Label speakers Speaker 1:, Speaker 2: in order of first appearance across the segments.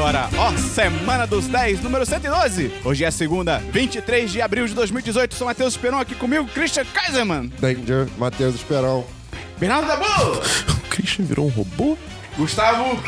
Speaker 1: para Ó Semana dos 10, número 112. Hoje é segunda, 23 de abril de 2018. Sou Matheus Esperon aqui comigo, Christian Kaiserman,
Speaker 2: Danger, Matheus Esperão.
Speaker 3: é
Speaker 1: Bernardo Dabu,
Speaker 4: O Christian virou um robô?
Speaker 1: Gustavo.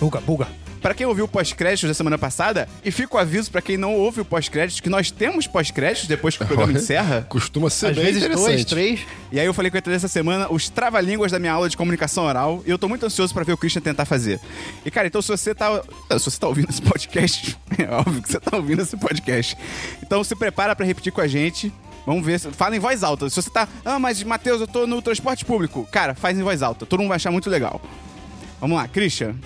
Speaker 4: Buga, buga.
Speaker 1: Para quem ouviu o pós-crédito da semana passada, e fica o aviso para quem não ouve o pós-crédito, que nós temos pós-crédito depois que o programa encerra.
Speaker 2: Costuma ser
Speaker 3: Às
Speaker 2: bem
Speaker 3: vezes
Speaker 2: interessante.
Speaker 3: dois, três.
Speaker 1: E aí eu falei que eu ia trazer essa semana os trava-línguas da minha aula de comunicação oral. E eu tô muito ansioso pra ver o Christian tentar fazer. E, cara, então se você tá. Se você tá ouvindo esse podcast, é óbvio que você tá ouvindo esse podcast. Então se prepara pra repetir com a gente. Vamos ver. se- Fala em voz alta. Se você tá. Ah, mas, Matheus, eu tô no transporte público. Cara, faz em voz alta. Todo mundo vai achar muito legal. Vamos lá, Christian.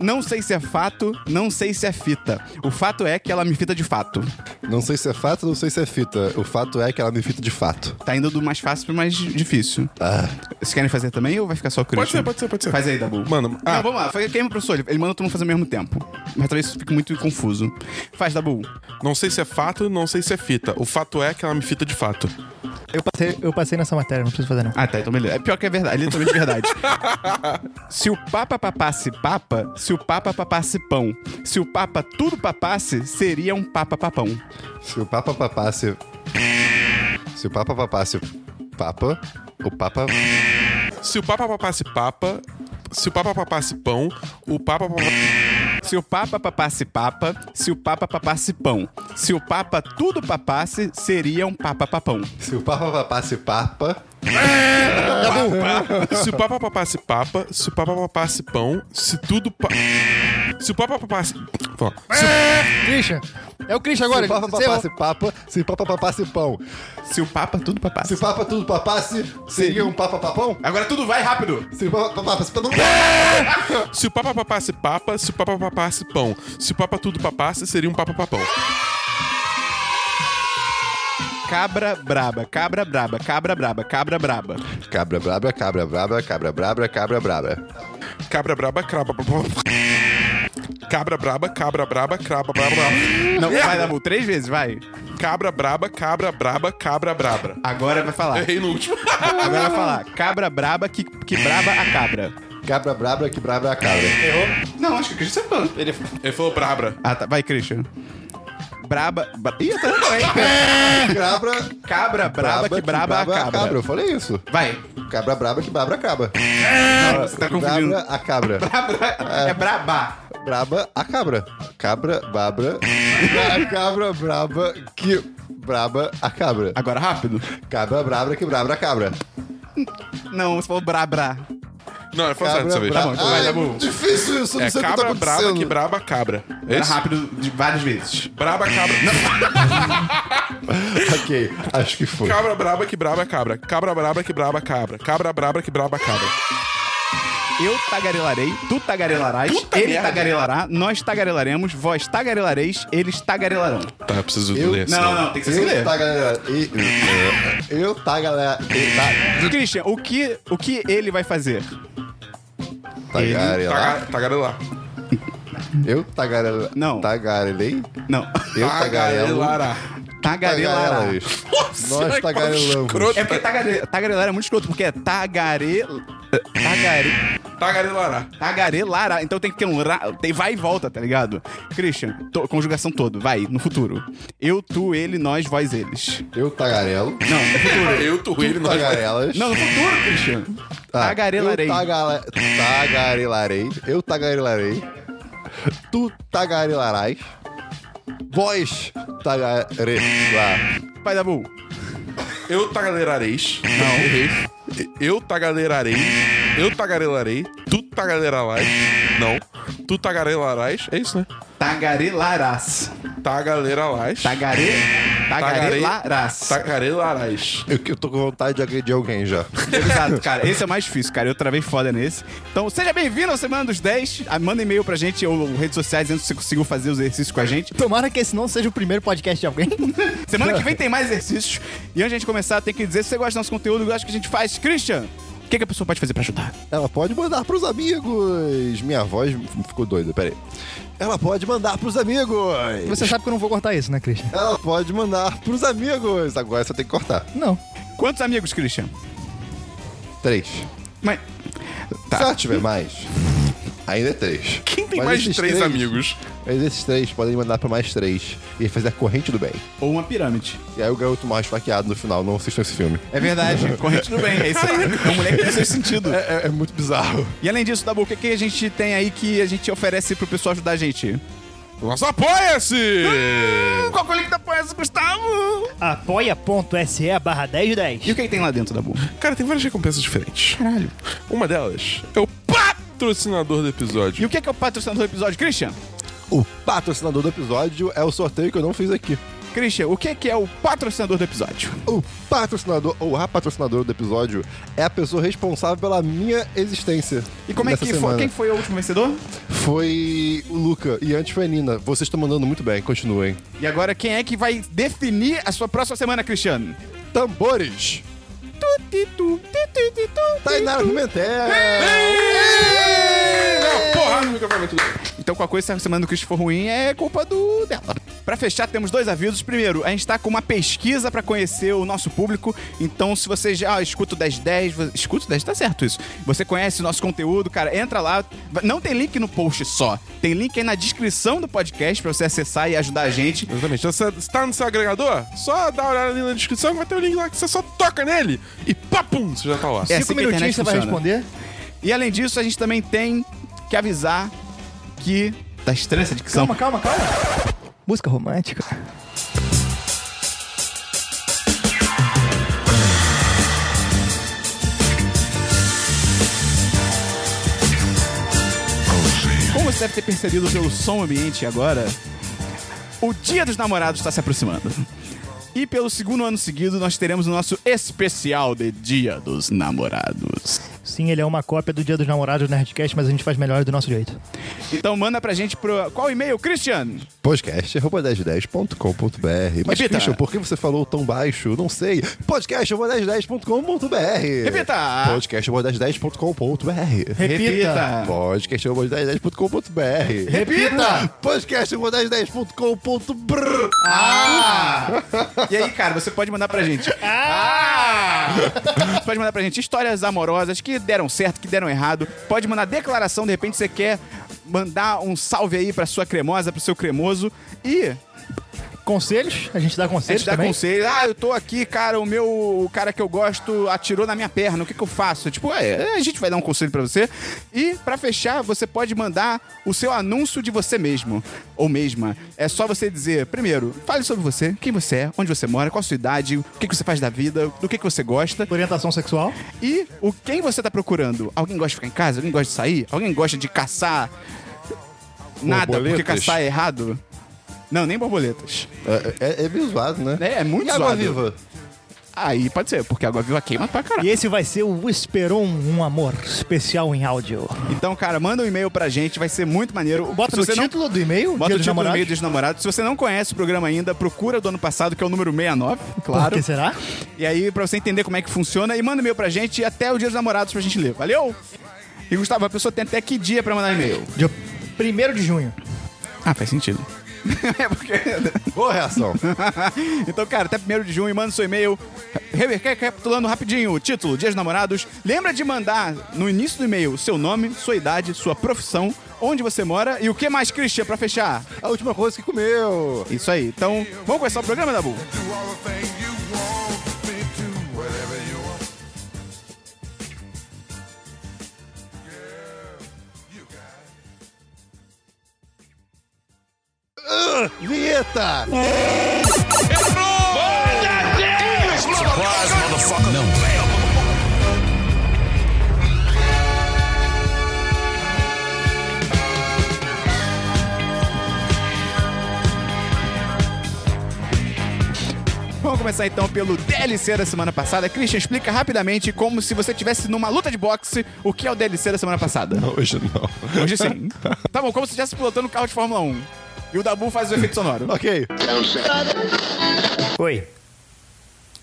Speaker 1: Não sei se é fato, não sei se é fita. O fato é que ela me fita de fato.
Speaker 2: Não sei se é fato, não sei se é fita. O fato é que ela me fita de fato.
Speaker 1: Tá indo do mais fácil pro mais difícil.
Speaker 2: Ah,
Speaker 1: Vocês querem fazer também ou vai ficar só o Christian?
Speaker 4: Pode ser, pode ser, pode ser.
Speaker 1: Faz aí, Dabu.
Speaker 4: Mano,
Speaker 1: Ah.
Speaker 4: ah.
Speaker 1: Não, vamos lá. Faz- Queima o professor. Ele ele manda todo mundo fazer ao mesmo tempo. Mas talvez isso fique muito confuso. Faz, Dabu.
Speaker 4: Não sei se é fato, não sei se é fita. O fato é que ela me fita de fato.
Speaker 3: Eu passei, eu passei nessa matéria, não preciso fazer não.
Speaker 1: Ah, tá. Então beleza. É pior que é verdade. É literalmente verdade. se o papa papasse papa, se o papa papasse pão, se o papa tudo papasse, seria um papa papão.
Speaker 2: se o Papa papasse. Se o Papa papasse Papa, o Papa.
Speaker 4: Se o papa papasse papa, se o papa papasse pão, o papa papa-
Speaker 1: Se o papa papasse papa, se o papa papasse pão, se o papa tudo papasse, seria um papa papão.
Speaker 2: Se o Papa papasse Papa,
Speaker 4: se o papa papasse papa, se o papa papasse pão, se tudo pa... Se o papa papasse... Ó, se o-
Speaker 3: Christian! É o Christian agora!
Speaker 2: se o Papa
Speaker 3: você errou.
Speaker 2: papasse Papa, se o Papa papasse Pão.
Speaker 1: Se o papa tudo
Speaker 2: Se
Speaker 1: papasse.
Speaker 2: o Papa tudo papasse, seria um Papa papão?
Speaker 1: Agora tudo vai rápido.
Speaker 2: Se o Papa papasse.
Speaker 4: Se o papa papasse papa, se o papa papasse pão, se o papa tudo papasse, seria um papa papão.
Speaker 1: Cabra braba, cabra braba, cabra braba, cabra braba.
Speaker 2: Cabra braba, cabra braba, cabra braba, cabra braba.
Speaker 4: Cabra braba, craba... Cabra braba, cabra braba, craba braba...
Speaker 1: Não, vai, Dabu, três vezes, vai.
Speaker 4: Cabra braba, cabra braba, cabra brabra.
Speaker 1: Agora vai falar.
Speaker 4: Errei no último.
Speaker 1: Agora vai falar. Cabra braba que, que braba a cabra.
Speaker 2: Cabra braba, que braba é a cabra.
Speaker 1: Não, acho que o Christian falou. Ele...
Speaker 4: Ele falou brabra.
Speaker 1: Ah, tá. Vai, Christian. Braba. Bra... Ih, eu tô errando, hein?
Speaker 2: Cabra.
Speaker 1: Cabra braba que braba a cabra.
Speaker 2: Eu falei isso.
Speaker 1: Vai.
Speaker 2: Cabra braba que babra cabra.
Speaker 1: Não, você tá confundindo.
Speaker 2: Brabra a cabra.
Speaker 1: Cabra é braba.
Speaker 2: Braba a cabra. Cabra, babra. A cabra braba que braba a cabra.
Speaker 1: Agora rápido.
Speaker 2: Cabra brabra que brabra a cabra.
Speaker 1: Não, você falou brabra.
Speaker 4: Não, é ele falou certo dessa
Speaker 2: Cabra
Speaker 4: vez.
Speaker 1: Tá bom, então vai,
Speaker 2: Ai,
Speaker 1: tá bom.
Speaker 2: difícil isso, não
Speaker 4: É
Speaker 2: sei o que tá
Speaker 4: cabra braba
Speaker 2: acontecendo.
Speaker 4: que braba cabra. É
Speaker 1: Era
Speaker 4: isso?
Speaker 1: rápido de várias vezes.
Speaker 4: Braba cabra.
Speaker 2: Ok, acho que foi.
Speaker 4: Cabra braba que braba cabra. Cabra braba que braba cabra. Cabra braba que braba cabra.
Speaker 1: Eu tagarelarei, tu tagarelarás,
Speaker 4: Puta
Speaker 1: ele
Speaker 4: merda.
Speaker 1: tagarelará, nós tagarelaremos, vós tagarelareis, eles tagarelarão.
Speaker 4: Tá, eu preciso
Speaker 2: Eu-
Speaker 4: ler.
Speaker 1: Não,
Speaker 4: senão-
Speaker 1: não, tem que ser assim sem
Speaker 2: Eu
Speaker 1: ler.
Speaker 2: tá, galera. e- e- Eu tá, galera. e tá-
Speaker 1: Christian, o que, o que ele vai fazer? tá,
Speaker 2: Tagarela.
Speaker 4: Taga- Tagarelar.
Speaker 2: tá, Eu tá, tagarela.
Speaker 1: Não. Tá,
Speaker 2: Tagarelei.
Speaker 1: Não.
Speaker 2: Eu tá, tagarelo.
Speaker 4: Tagarelará.
Speaker 1: Tagarelará.
Speaker 2: Tagarelas.
Speaker 4: Nossa,
Speaker 2: Nós tá,
Speaker 4: que
Speaker 2: tagarelamos.
Speaker 4: escroto.
Speaker 1: É porque tagare, tagarelar é muito escroto, porque é tagare... Tagare...
Speaker 4: Tagarelará.
Speaker 1: Tagarelará. Então tem que ter um... ra- Tem vai e volta, tá ligado? Christian, to- conjugação todo, vai, no futuro. Eu, tu, ele, nós, vós, eles.
Speaker 2: Eu tagarelo.
Speaker 1: Não, no futuro.
Speaker 4: Eu, tu, ele,
Speaker 2: é
Speaker 4: nós.
Speaker 2: Tagarelas.
Speaker 1: Não, no futuro, Christian.
Speaker 2: Tá.
Speaker 1: Tagarelarei.
Speaker 2: Eu tagala- tagarelarei. Eu tagarelarei. Tu tagarelarás. Vós tagarelar.
Speaker 1: Pai da Bull.
Speaker 4: Eu tagarelareis. Não. Errei. Eu tagarelarei. Eu tagarelarei. Tu tagarelarás. Não. Tu tagarelarás. É isso, né?
Speaker 1: Tagarelarás.
Speaker 4: Tagarelarás.
Speaker 1: Tagare... Tagarelarás.
Speaker 4: Tagarelarás.
Speaker 2: Eu, eu tô com vontade de agredir alguém já.
Speaker 1: Exato, cara. Esse é o mais difícil, cara. Eu travei foda nesse. Então, seja bem-vindo ao Semana dos 10. Ah, Manda e-mail pra gente ou redes sociais antes que você conseguiu fazer os exercícios com a gente.
Speaker 3: Tomara que esse não seja o primeiro podcast de alguém.
Speaker 1: Semana que vem tem mais exercícios. E antes de a gente começar, tem que dizer se você gosta do nosso conteúdo, gosta do que a gente faz. Christian, o que, que a pessoa pode fazer pra ajudar?
Speaker 2: Ela pode mandar pros amigos. Minha voz ficou doida, peraí. Ela pode mandar pros amigos.
Speaker 3: Você sabe que eu não vou cortar isso, né, Christian?
Speaker 2: Ela pode mandar pros amigos. Agora só tem que cortar.
Speaker 3: Não.
Speaker 1: Quantos amigos, Christian?
Speaker 2: Três.
Speaker 1: Mas. Tá.
Speaker 2: Se ela tiver mais, ainda é três.
Speaker 4: Quem tem
Speaker 2: Mas
Speaker 4: mais de
Speaker 2: esses
Speaker 4: três amigos?
Speaker 2: Mas esses três podem mandar pra mais três e fazer a corrente do bem.
Speaker 1: Ou uma pirâmide.
Speaker 2: E aí o garoto morre esfaqueado no final. Não assistam esse filme.
Speaker 1: É verdade. Corrente do bem. É, isso aí. é um moleque do seu sentido.
Speaker 2: É, é- é muito bizarro.
Speaker 1: E além disso, Dabu, o que, que a gente tem aí que a gente oferece pro pessoal ajudar a gente?
Speaker 4: Nossa, apoia-se! Ah,
Speaker 1: Qual que é o link da Poesia, Gustavo?
Speaker 3: Apoia.se barra
Speaker 1: E
Speaker 3: 1010.
Speaker 1: o que, que tem lá dentro, Dabu?
Speaker 4: Cara, tem várias recompensas diferentes. Caralho. Uma delas é o patrocinador do
Speaker 1: E
Speaker 4: episódio.
Speaker 1: o que é, que é o patrocinador do episódio, Christian?
Speaker 2: O patrocinador do episódio é o sorteio que eu não fiz aqui.
Speaker 1: Christian, o que é, que é o patrocinador do episódio?
Speaker 2: O patrocinador ou a patrocinadora do episódio é a pessoa responsável pela minha existência.
Speaker 1: E como é
Speaker 2: nessa
Speaker 1: que foi?
Speaker 2: semana.
Speaker 1: Quem foi o último vencedor?
Speaker 2: Foi o Luca e antes foi a Nina. Vocês estão mandando muito bem, continuem.
Speaker 1: E agora, quem é que vai definir a sua próxima semana, Cristiano?
Speaker 2: Tambores!
Speaker 3: Tá.
Speaker 2: Tainara Pimentel!
Speaker 4: Não, porra no microfone tudo.
Speaker 1: Então, com a coisa, se a semana do Christian for ruim, é culpa do dela. Pra fechar, temos dois avisos. Primeiro, a gente tá com uma pesquisa pra conhecer o nosso público. Então, se você já escuta o 1010, vo- escuta o 10, tá certo isso. Você conhece o nosso conteúdo, cara, entra lá. Va- Não tem link no post só. Tem link aí na descrição do podcast pra você acessar e ajudar a gente.
Speaker 4: Exatamente. Então, se você tá no seu agregador, só dá uma olhada ali na descrição que vai ter o link lá que você só toca nele e papum, você já tá lá.
Speaker 1: É assim
Speaker 3: Cinco
Speaker 1: que a internet
Speaker 3: minutinhos você vai
Speaker 1: funciona.
Speaker 3: responder.
Speaker 1: E além disso, a gente também tem que avisar que. Tá estranha essa dicção.
Speaker 3: Calma, calma, calma. Música romântica.
Speaker 1: Como você deve ter percebido pelo som ambiente agora, o Dia dos Namorados está se aproximando. E pelo segundo ano seguido, nós teremos o nosso especial de Dia dos Namorados.
Speaker 3: Sim, ele é uma cópia do Dia dos Namorados do Nerdcast, mas a gente faz melhor do nosso jeito.
Speaker 1: Então manda pra gente pro... Qual e-mail, Christian?
Speaker 2: Podcast 1010.com.br. Mas,
Speaker 1: Repita.
Speaker 2: Christian, por que você falou tão baixo? Não sei. Podcast 1010.com.br.
Speaker 1: Repita.
Speaker 2: Podcast 1010.com.br. Podcast 1010.com.br.
Speaker 1: Repita!
Speaker 2: Podcast 1010.com.br.
Speaker 1: E aí, cara, você pode mandar pra gente. Ah! Pode mandar pra gente histórias amorosas que deram certo, que deram errado. Pode mandar declaração, de repente você quer mandar um salve aí pra sua cremosa, pro seu cremoso. E
Speaker 3: Conselhos, a gente dá
Speaker 1: A
Speaker 3: conselhos
Speaker 1: gente dá
Speaker 3: também.
Speaker 1: conselho. Ah, eu tô aqui, cara, o meu o cara que eu gosto atirou na minha perna, o que que eu faço? Tipo, é, a gente vai dar um conselho pra você. E pra fechar, você pode mandar o seu anúncio de você mesmo ou mesma. É só você dizer, primeiro, fale sobre você, quem você é, onde você mora, qual a sua idade, o que que você faz da vida, do que que você gosta
Speaker 3: Orientação sexual.
Speaker 1: e o quem você tá procurando. Alguém gosta de ficar em casa? Alguém gosta de sair? Alguém gosta de caçar? Nada, porque
Speaker 2: Borboletas?
Speaker 1: caçar é errado. Não, nem borboletas.
Speaker 2: É, é, é meio zoado, né?
Speaker 1: É, é muito
Speaker 2: e água
Speaker 1: zoado.
Speaker 2: viva.
Speaker 1: Aí pode ser, porque a água viva queima pra caralho.
Speaker 3: E esse vai ser o Esperon, um amor especial em áudio.
Speaker 1: Então, cara, manda um e-mail pra gente, vai ser muito maneiro.
Speaker 3: Bota
Speaker 1: Se
Speaker 3: no
Speaker 1: você não-
Speaker 3: título do e-mail,
Speaker 1: Bota
Speaker 3: Dia
Speaker 1: o título
Speaker 3: dos
Speaker 1: no
Speaker 3: Namorados.
Speaker 1: e-mail dos namorados. Se você não conhece o programa ainda, procura o do ano passado, que é o número 69,
Speaker 3: Por
Speaker 1: claro.
Speaker 3: que será?
Speaker 1: E aí, pra você entender como é que funciona, e manda um e-mail pra gente e até o dia dos namorados pra gente ler. Valeu? E, Gustavo, a pessoa tem até que dia pra mandar e-mail?
Speaker 3: Dia 1 de junho.
Speaker 1: Ah, faz sentido. é porque...
Speaker 2: Boa reação.
Speaker 1: então, cara, até 1 de junho, manda seu e-mail. Re- Recapitulando rapidinho, título, Dias dos Namorados. Lembra de mandar no início do e-mail seu nome, sua idade, sua profissão, onde você mora e o que mais, Christian, pra fechar.
Speaker 2: A última coisa que comeu.
Speaker 1: Isso aí. Então, vamos começar o programa, Dabu?
Speaker 5: do all the things you want me to, whatever you want.
Speaker 2: Vinheta!
Speaker 1: Vamos começar então pelo DLC da semana passada. Christian, explica rapidamente como se você tivesse numa luta de boxe o que é o DLC da semana passada.
Speaker 2: Hoje não.
Speaker 1: Hoje sim. tá bom, como se estivesse pilotando um carro de Fórmula 1. E o Dabu faz o efeito sonoro.
Speaker 2: Ok.
Speaker 6: Oi.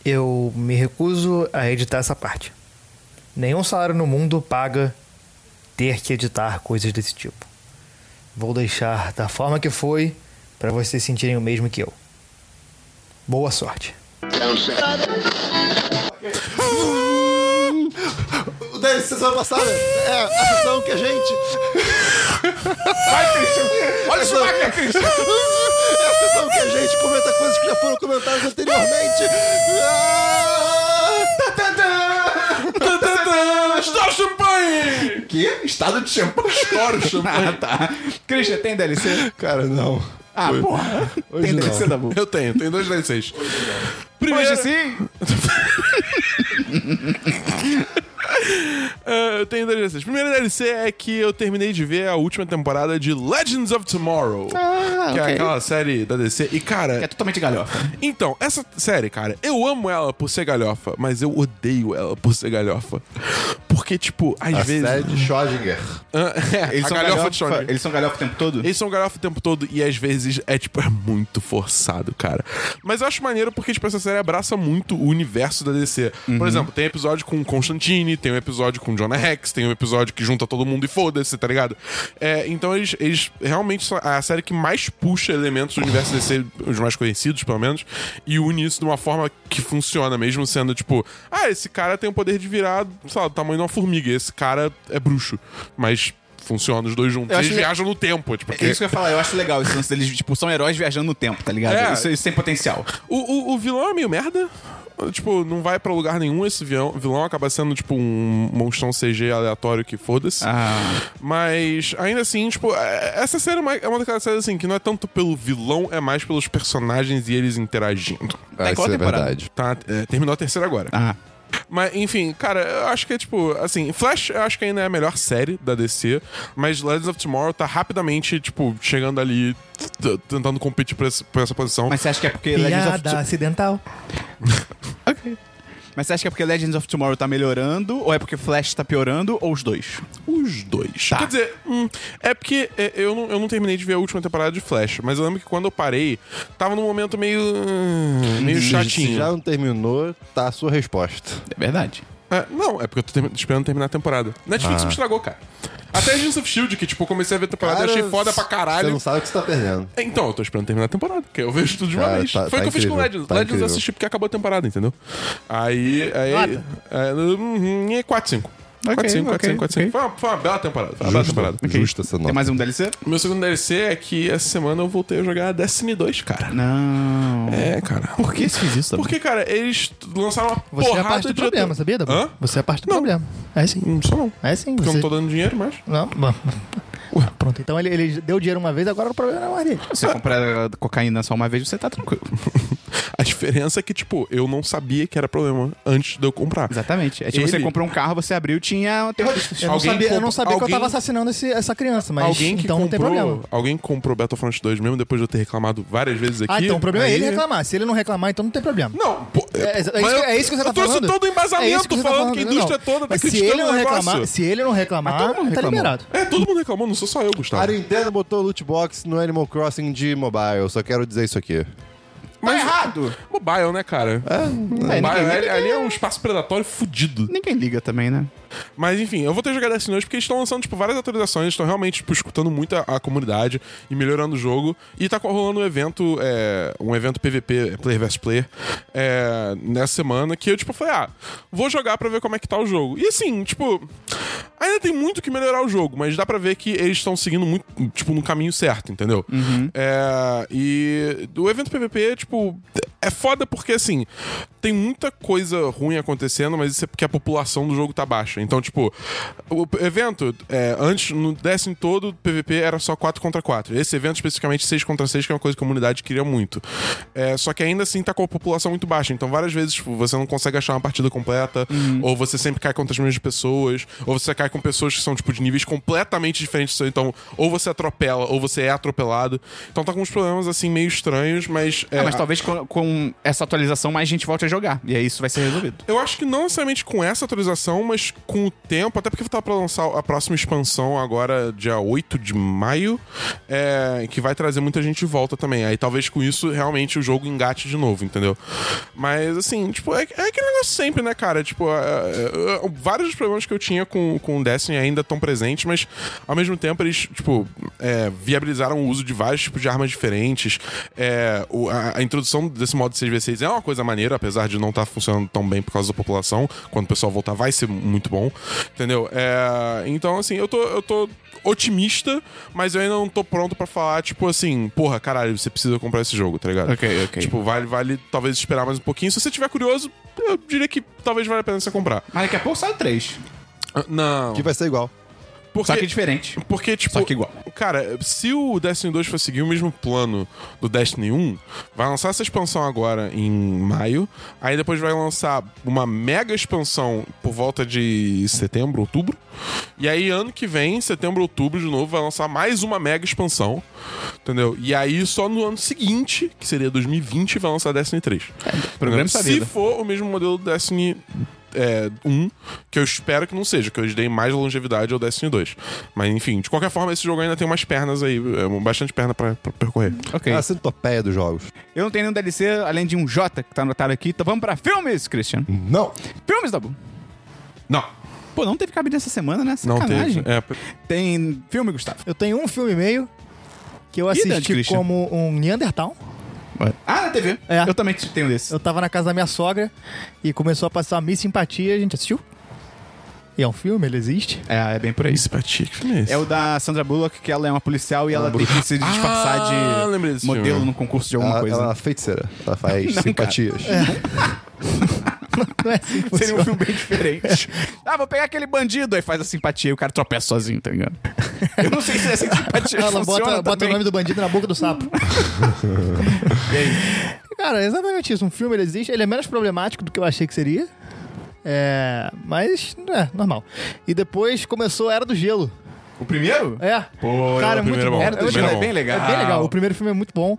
Speaker 6: Eu me recuso a editar essa parte. Nenhum salário no mundo paga ter que editar coisas desse tipo. Vou deixar da forma que foi para vocês sentirem o mesmo que eu. Boa sorte.
Speaker 2: Dez sessão passada. É, a sessão que a gente.
Speaker 4: Vai, Christian! Olha isso, vaca, Christian!
Speaker 2: É a sessão que a gente comenta coisas que já foram comentadas anteriormente. Ah, tá, tá, tá.
Speaker 4: Tadã! Estoura o champanhe!
Speaker 2: Que? Estado de champanhe?
Speaker 4: Estoura o
Speaker 1: Ah,
Speaker 4: champanhe.
Speaker 1: tá. Christian, tem DLC?
Speaker 2: Cara, não.
Speaker 1: Ah, porra.
Speaker 2: Hoje
Speaker 1: tem
Speaker 2: não.
Speaker 1: DLC da boa.
Speaker 4: Eu tenho, tenho dois DLCs. Primeiro,
Speaker 1: Hoje sim.
Speaker 4: eh, eu tenho dois DLCs. Primeiro DLC é que eu terminei de ver a última temporada de Legends of Tomorrow.
Speaker 1: Ah,
Speaker 4: que é
Speaker 1: ok.
Speaker 4: aquela série da DC. E, cara,
Speaker 1: É totalmente galhofa.
Speaker 4: Então, essa série, cara, eu amo ela por ser galhofa, mas eu odeio ela por ser galhofa. Porque, tipo, às
Speaker 2: A
Speaker 4: vezes.
Speaker 2: série de Schrödinger.
Speaker 4: Ah, é, a galhofa, de Shonen.
Speaker 1: Eles são galhofa o tempo todo?
Speaker 4: Eles são galhofa o tempo todo e às vezes é, tipo, é muito forçado, cara. Mas eu acho maneiro porque, tipo, essa série abraça muito o universo da DC.
Speaker 1: Uhum.
Speaker 4: Por exemplo, tem episódio com o Constantine, tem um episódio com o Jonah Rex, tem um episódio que junta todo mundo e foda-se, tá ligado? É, então eles, eles realmente são a série que mais puxa elementos do universo DC, os mais conhecidos, pelo menos, e une isso de uma forma que funciona, mesmo sendo, tipo, ah, esse cara tem o poder de virar, sei lá, do tamanho de uma formiga, esse cara é bruxo. Mas. Funciona os dois juntos.
Speaker 1: Eu acho
Speaker 4: Eles
Speaker 1: le-
Speaker 4: viajam no tempo, tipo,
Speaker 1: É isso que eu ia falar, eu acho legal esse lance deles, tipo, são heróis viajando no tempo, tá ligado?
Speaker 4: É.
Speaker 1: Isso, isso tem potencial.
Speaker 4: O, o, o vilão é meio merda. Tipo, não vai pra lugar nenhum esse vilão. vilão acaba sendo, tipo, um monstrão CG aleatório que foda-se.
Speaker 1: Ah.
Speaker 4: Mas, ainda assim, tipo, é- essa série é uma- é uma daquelas séries, assim, que não é tanto pelo vilão, é mais pelos personagens e eles interagindo.
Speaker 1: Tá em qual
Speaker 2: isso é
Speaker 1: temporada?
Speaker 2: verdade.
Speaker 4: Tá? É, terminou a terceira agora.
Speaker 1: Ah.
Speaker 4: Mas, enfim, cara, eu acho que é tipo, assim, Flash eu acho que ainda é a melhor série da DC, mas Legends of Tomorrow tá rapidamente, tipo, chegando ali, t- t- tentando competir por essa, por essa posição.
Speaker 1: Mas você acha que é porque Legends of
Speaker 3: Piada acidental.
Speaker 1: Mas você acha que é porque Legends of Tomorrow tá melhorando, ou é porque Flash tá piorando, ou os dois? Tá,
Speaker 4: Os dois. Quer dizer, hum, é porque é, eu, não, eu não terminei de ver a última temporada de Flash, mas eu lembro que quando eu parei, tava num momento meio. hum, meio
Speaker 2: Se
Speaker 4: chatinho.
Speaker 2: já não terminou, tá a sua resposta.
Speaker 1: É verdade.
Speaker 4: É, não, é porque eu tô termi- esperando terminar a temporada.
Speaker 2: Ah.
Speaker 4: Netflix me estragou, cara. Até Agents of Shield, que tipo, eu comecei a ver a temporada e
Speaker 2: Cara,
Speaker 4: achei foda pra
Speaker 2: Você
Speaker 4: caralho.
Speaker 2: não sabe o que você tá perdendo.
Speaker 4: É, Então, eu tô esperando terminar a temporada, porque eu vejo tudo de uma
Speaker 2: Cara,
Speaker 4: vez.
Speaker 2: tá-
Speaker 4: Foi o
Speaker 2: tá
Speaker 4: que eu fiz com
Speaker 2: incrível,
Speaker 4: Legends.
Speaker 2: tá
Speaker 4: Legends eu
Speaker 2: incrível.
Speaker 4: assisti porque acabou a temporada, entendeu? Aí. aí
Speaker 3: Nota.
Speaker 4: é, hum, é 4, 5. 4, 5, 4, 5, 4, 5. Foi uma, foi uma bela temporada. Foi uma bela temporada.
Speaker 2: Justa essa nota.
Speaker 1: Tem mais um DLC?
Speaker 4: Meu segundo DLC é que essa semana eu voltei a jogar Destiny 2, cara.
Speaker 1: Não.
Speaker 4: É, cara.
Speaker 1: Por que você fez isso? Dabu?
Speaker 4: Porque, cara, eles lançaram uma
Speaker 3: Você é
Speaker 4: porrada
Speaker 3: parte do
Speaker 4: de...
Speaker 3: problema, sabia, Dabu?
Speaker 4: Hã?
Speaker 3: Você é parte do
Speaker 4: Não.
Speaker 3: problema. É sim.
Speaker 4: Não sou não.
Speaker 3: É sim.
Speaker 4: Porque eu
Speaker 3: Você...
Speaker 4: não tô dando dinheiro mais.
Speaker 3: Não, bom. Pronto, então ele, ele deu dinheiro uma vez, agora o problema é o marido.
Speaker 1: Se você comprar cocaína só uma vez, você tá tranquilo.
Speaker 4: A diferença é que, tipo, eu não sabia que era problema antes de eu comprar.
Speaker 1: Exatamente. É tipo,
Speaker 4: Ele-
Speaker 1: você comprou um carro, você abriu, tinha um terroristas.
Speaker 3: Eu não
Speaker 4: Alguém
Speaker 3: sabia, eu não
Speaker 4: comprou-
Speaker 3: sabia que eu
Speaker 4: alguém-
Speaker 3: tava assassinando esse- essa criança, mas
Speaker 4: alguém que
Speaker 3: então não tem
Speaker 4: comprou,
Speaker 3: problema.
Speaker 4: Alguém que comprou Battlefront 2 mesmo depois de eu ter reclamado várias vezes aqui.
Speaker 3: Ah, então o problema
Speaker 4: aí-
Speaker 3: é ele reclamar. Se ele não reclamar, então não tem problema.
Speaker 4: Não, pô,
Speaker 3: É, é isso que-
Speaker 4: mas eu-
Speaker 3: é isso que você tá
Speaker 4: eu trouxe
Speaker 3: falando.
Speaker 4: todo o embasamento
Speaker 3: É isso que você tá
Speaker 4: falando que a
Speaker 3: não.
Speaker 4: indústria toda tá
Speaker 3: Mas se
Speaker 4: criticando
Speaker 3: ele não
Speaker 4: o negócio.
Speaker 3: reclamar, se ele não reclamar,
Speaker 1: Mas todo mundo
Speaker 3: tá
Speaker 1: reclamou.
Speaker 3: liberado.
Speaker 4: É, todo mundo reclamou, não sou só eu, Gustavo.
Speaker 2: A Nintendo botou loot box no Animal Crossing de mobile. Só quero dizer isso aqui.
Speaker 3: tá
Speaker 4: Mas-
Speaker 1: errado!
Speaker 4: Mobile, né, cara? É,
Speaker 1: É,
Speaker 4: Mobile,
Speaker 1: ninguém-
Speaker 4: ali- ali é um espaço predatório fudido.
Speaker 1: Ninguém liga também, né?
Speaker 4: Mas enfim, eu vou ter jogado Destiny 2 porque eles estão lançando tipo, várias atualizações, estão realmente tipo, escutando muito a, a comunidade e melhorando o jogo. E tá rolando um evento, é, um evento PVP, é, player vs player, é, nessa semana, que eu tipo, falei, ah, vou jogar pra ver como é que tá o jogo. E assim, tipo, ainda tem muito que melhorar o jogo, mas dá pra ver que eles estão seguindo muito, tipo, no caminho certo, entendeu?
Speaker 1: Uhum.
Speaker 4: É, e o evento PVP, tipo, é foda porque assim, tem muita coisa ruim acontecendo, mas isso é porque a população do jogo tá baixa. Então, tipo, o p- evento, é, antes, no décimo todo, o PVP era só 4 contra 4. Esse evento, especificamente, 6 contra 6, que é uma coisa que a comunidade queria muito. É, só que ainda assim tá com a população muito baixa. Então, várias vezes, tipo, você não consegue achar uma partida completa,
Speaker 1: Uhum.
Speaker 4: ou você sempre cai contra as mesmas pessoas, ou você cai com pessoas que são, tipo, de níveis completamente diferentes do seu. Então, ou você atropela, ou você é atropelado. Então tá com uns problemas, assim, meio estranhos, mas... é,
Speaker 1: Ah, mas talvez com, com essa atualização mais gente volte a jogar. E aí isso vai ser resolvido.
Speaker 4: Eu acho que não necessariamente com essa atualização, mas com o tempo, até porque tá pra lançar a próxima expansão agora, dia 8 de maio, é, que vai trazer muita gente de volta também. Aí talvez com isso realmente o jogo engate de novo, entendeu? Mas assim, tipo, é, é aquele negócio sempre, né, cara? Tipo, é, é, é, vários dos problemas que eu tinha com, com o acontecem e ainda estão presentes, mas ao mesmo tempo eles, tipo, é, viabilizaram o uso de vários tipos de armas diferentes. É, o- a, a introdução desse modo 6v6 é uma coisa maneira, apesar de não estar funcionando tão bem por causa da população. Quando o pessoal voltar, vai ser muito bom, entendeu? É, então, assim, eu tô, eu tô otimista, mas eu ainda não tô pronto pra falar, tipo assim, porra, caralho, você precisa comprar esse jogo, tá ligado?
Speaker 1: Ok, ok.
Speaker 4: Tipo, vale, vale talvez esperar mais um pouquinho. Se você tiver curioso, eu diria que talvez valha a pena você comprar.
Speaker 1: Mas daqui a pouco sai o 3.
Speaker 4: Ah, Não.
Speaker 2: Que vai ser igual.
Speaker 1: Só que
Speaker 4: Porque,
Speaker 1: é diferente.
Speaker 4: porque, tipo.
Speaker 1: Só que igual.
Speaker 4: Cara, se o Destiny 2 for seguir o mesmo plano do Destiny 1, vai lançar essa expansão agora em maio. Aí depois vai lançar uma mega expansão por volta de setembro, outubro. E aí, ano que vem, setembro, outubro, de novo, vai lançar mais uma mega expansão. Entendeu? E aí, só no ano seguinte, que seria 2020, vai lançar Destiny 3.
Speaker 1: Programa
Speaker 4: Se
Speaker 1: essa vida.
Speaker 4: for o mesmo modelo do Destiny é, 1, que eu espero que não seja, que eu dei mais longevidade ao Destiny 2. Mas enfim, de qualquer forma, esse jogo ainda tem umas pernas aí, é, bastante perna pra, pra percorrer.
Speaker 1: Ok.
Speaker 2: É a centopeia dos jogos.
Speaker 1: Eu não tenho nenhum DLC além de um J que tá anotado aqui. Então vamos pra filmes, Christian.
Speaker 2: Não.
Speaker 1: Filmes, Dabu.
Speaker 4: Não,
Speaker 1: Pô, não teve cabine essa semana, né?
Speaker 4: não
Speaker 1: Sacanagem.
Speaker 4: teve. É, p-
Speaker 1: Tem filme, Gustavo.
Speaker 3: Eu tenho um filme e meio que eu
Speaker 1: Dante
Speaker 3: assisti
Speaker 1: Christian?
Speaker 3: como um Neandertal.
Speaker 1: Ah, na TV.
Speaker 3: É.
Speaker 1: Eu também tenho um desses.
Speaker 3: Eu tava na casa da minha sogra e começou a passar Miss Simpatia. A gente assistiu? E é um filme, ele existe.
Speaker 1: É, é bem por aí.
Speaker 4: simpatia, que filme é esse?
Speaker 1: É o da Sandra Bullock, que ela é uma policial e ela tem que se disfarçar
Speaker 4: Ah, lembrei
Speaker 1: de
Speaker 4: desse
Speaker 1: modelo
Speaker 4: filme.
Speaker 1: num concurso de alguma
Speaker 2: Ela,
Speaker 1: coisa. né?
Speaker 2: ela é feiticeira. Ela faz simpatias.
Speaker 3: Não é assim
Speaker 1: Seria
Speaker 3: que
Speaker 1: um
Speaker 3: funciona.
Speaker 1: filme bem diferente. ah, vou pegar aquele bandido. Aí faz a simpatia e o cara tropeça sozinho, tá ligado? Eu não sei se essa simpatia
Speaker 3: Ela
Speaker 1: funciona
Speaker 3: bota, bota o
Speaker 1: também.
Speaker 3: nome do bandido na boca do sapo. Cara, é exatamente isso. Um filme ele existe, ele é menos problemático do que eu achei que seria. É. Mas, é, normal. E depois começou a Era do Gelo.
Speaker 1: O primeiro?
Speaker 3: É.
Speaker 4: Pô, é
Speaker 3: cara,
Speaker 4: o
Speaker 3: é muito
Speaker 4: primeiro
Speaker 3: bom.
Speaker 4: bom.
Speaker 1: Era do
Speaker 3: Eu
Speaker 1: Gelo
Speaker 3: te-
Speaker 1: é
Speaker 4: bom.
Speaker 1: bem legal.
Speaker 3: É bem legal. O primeiro filme é muito bom.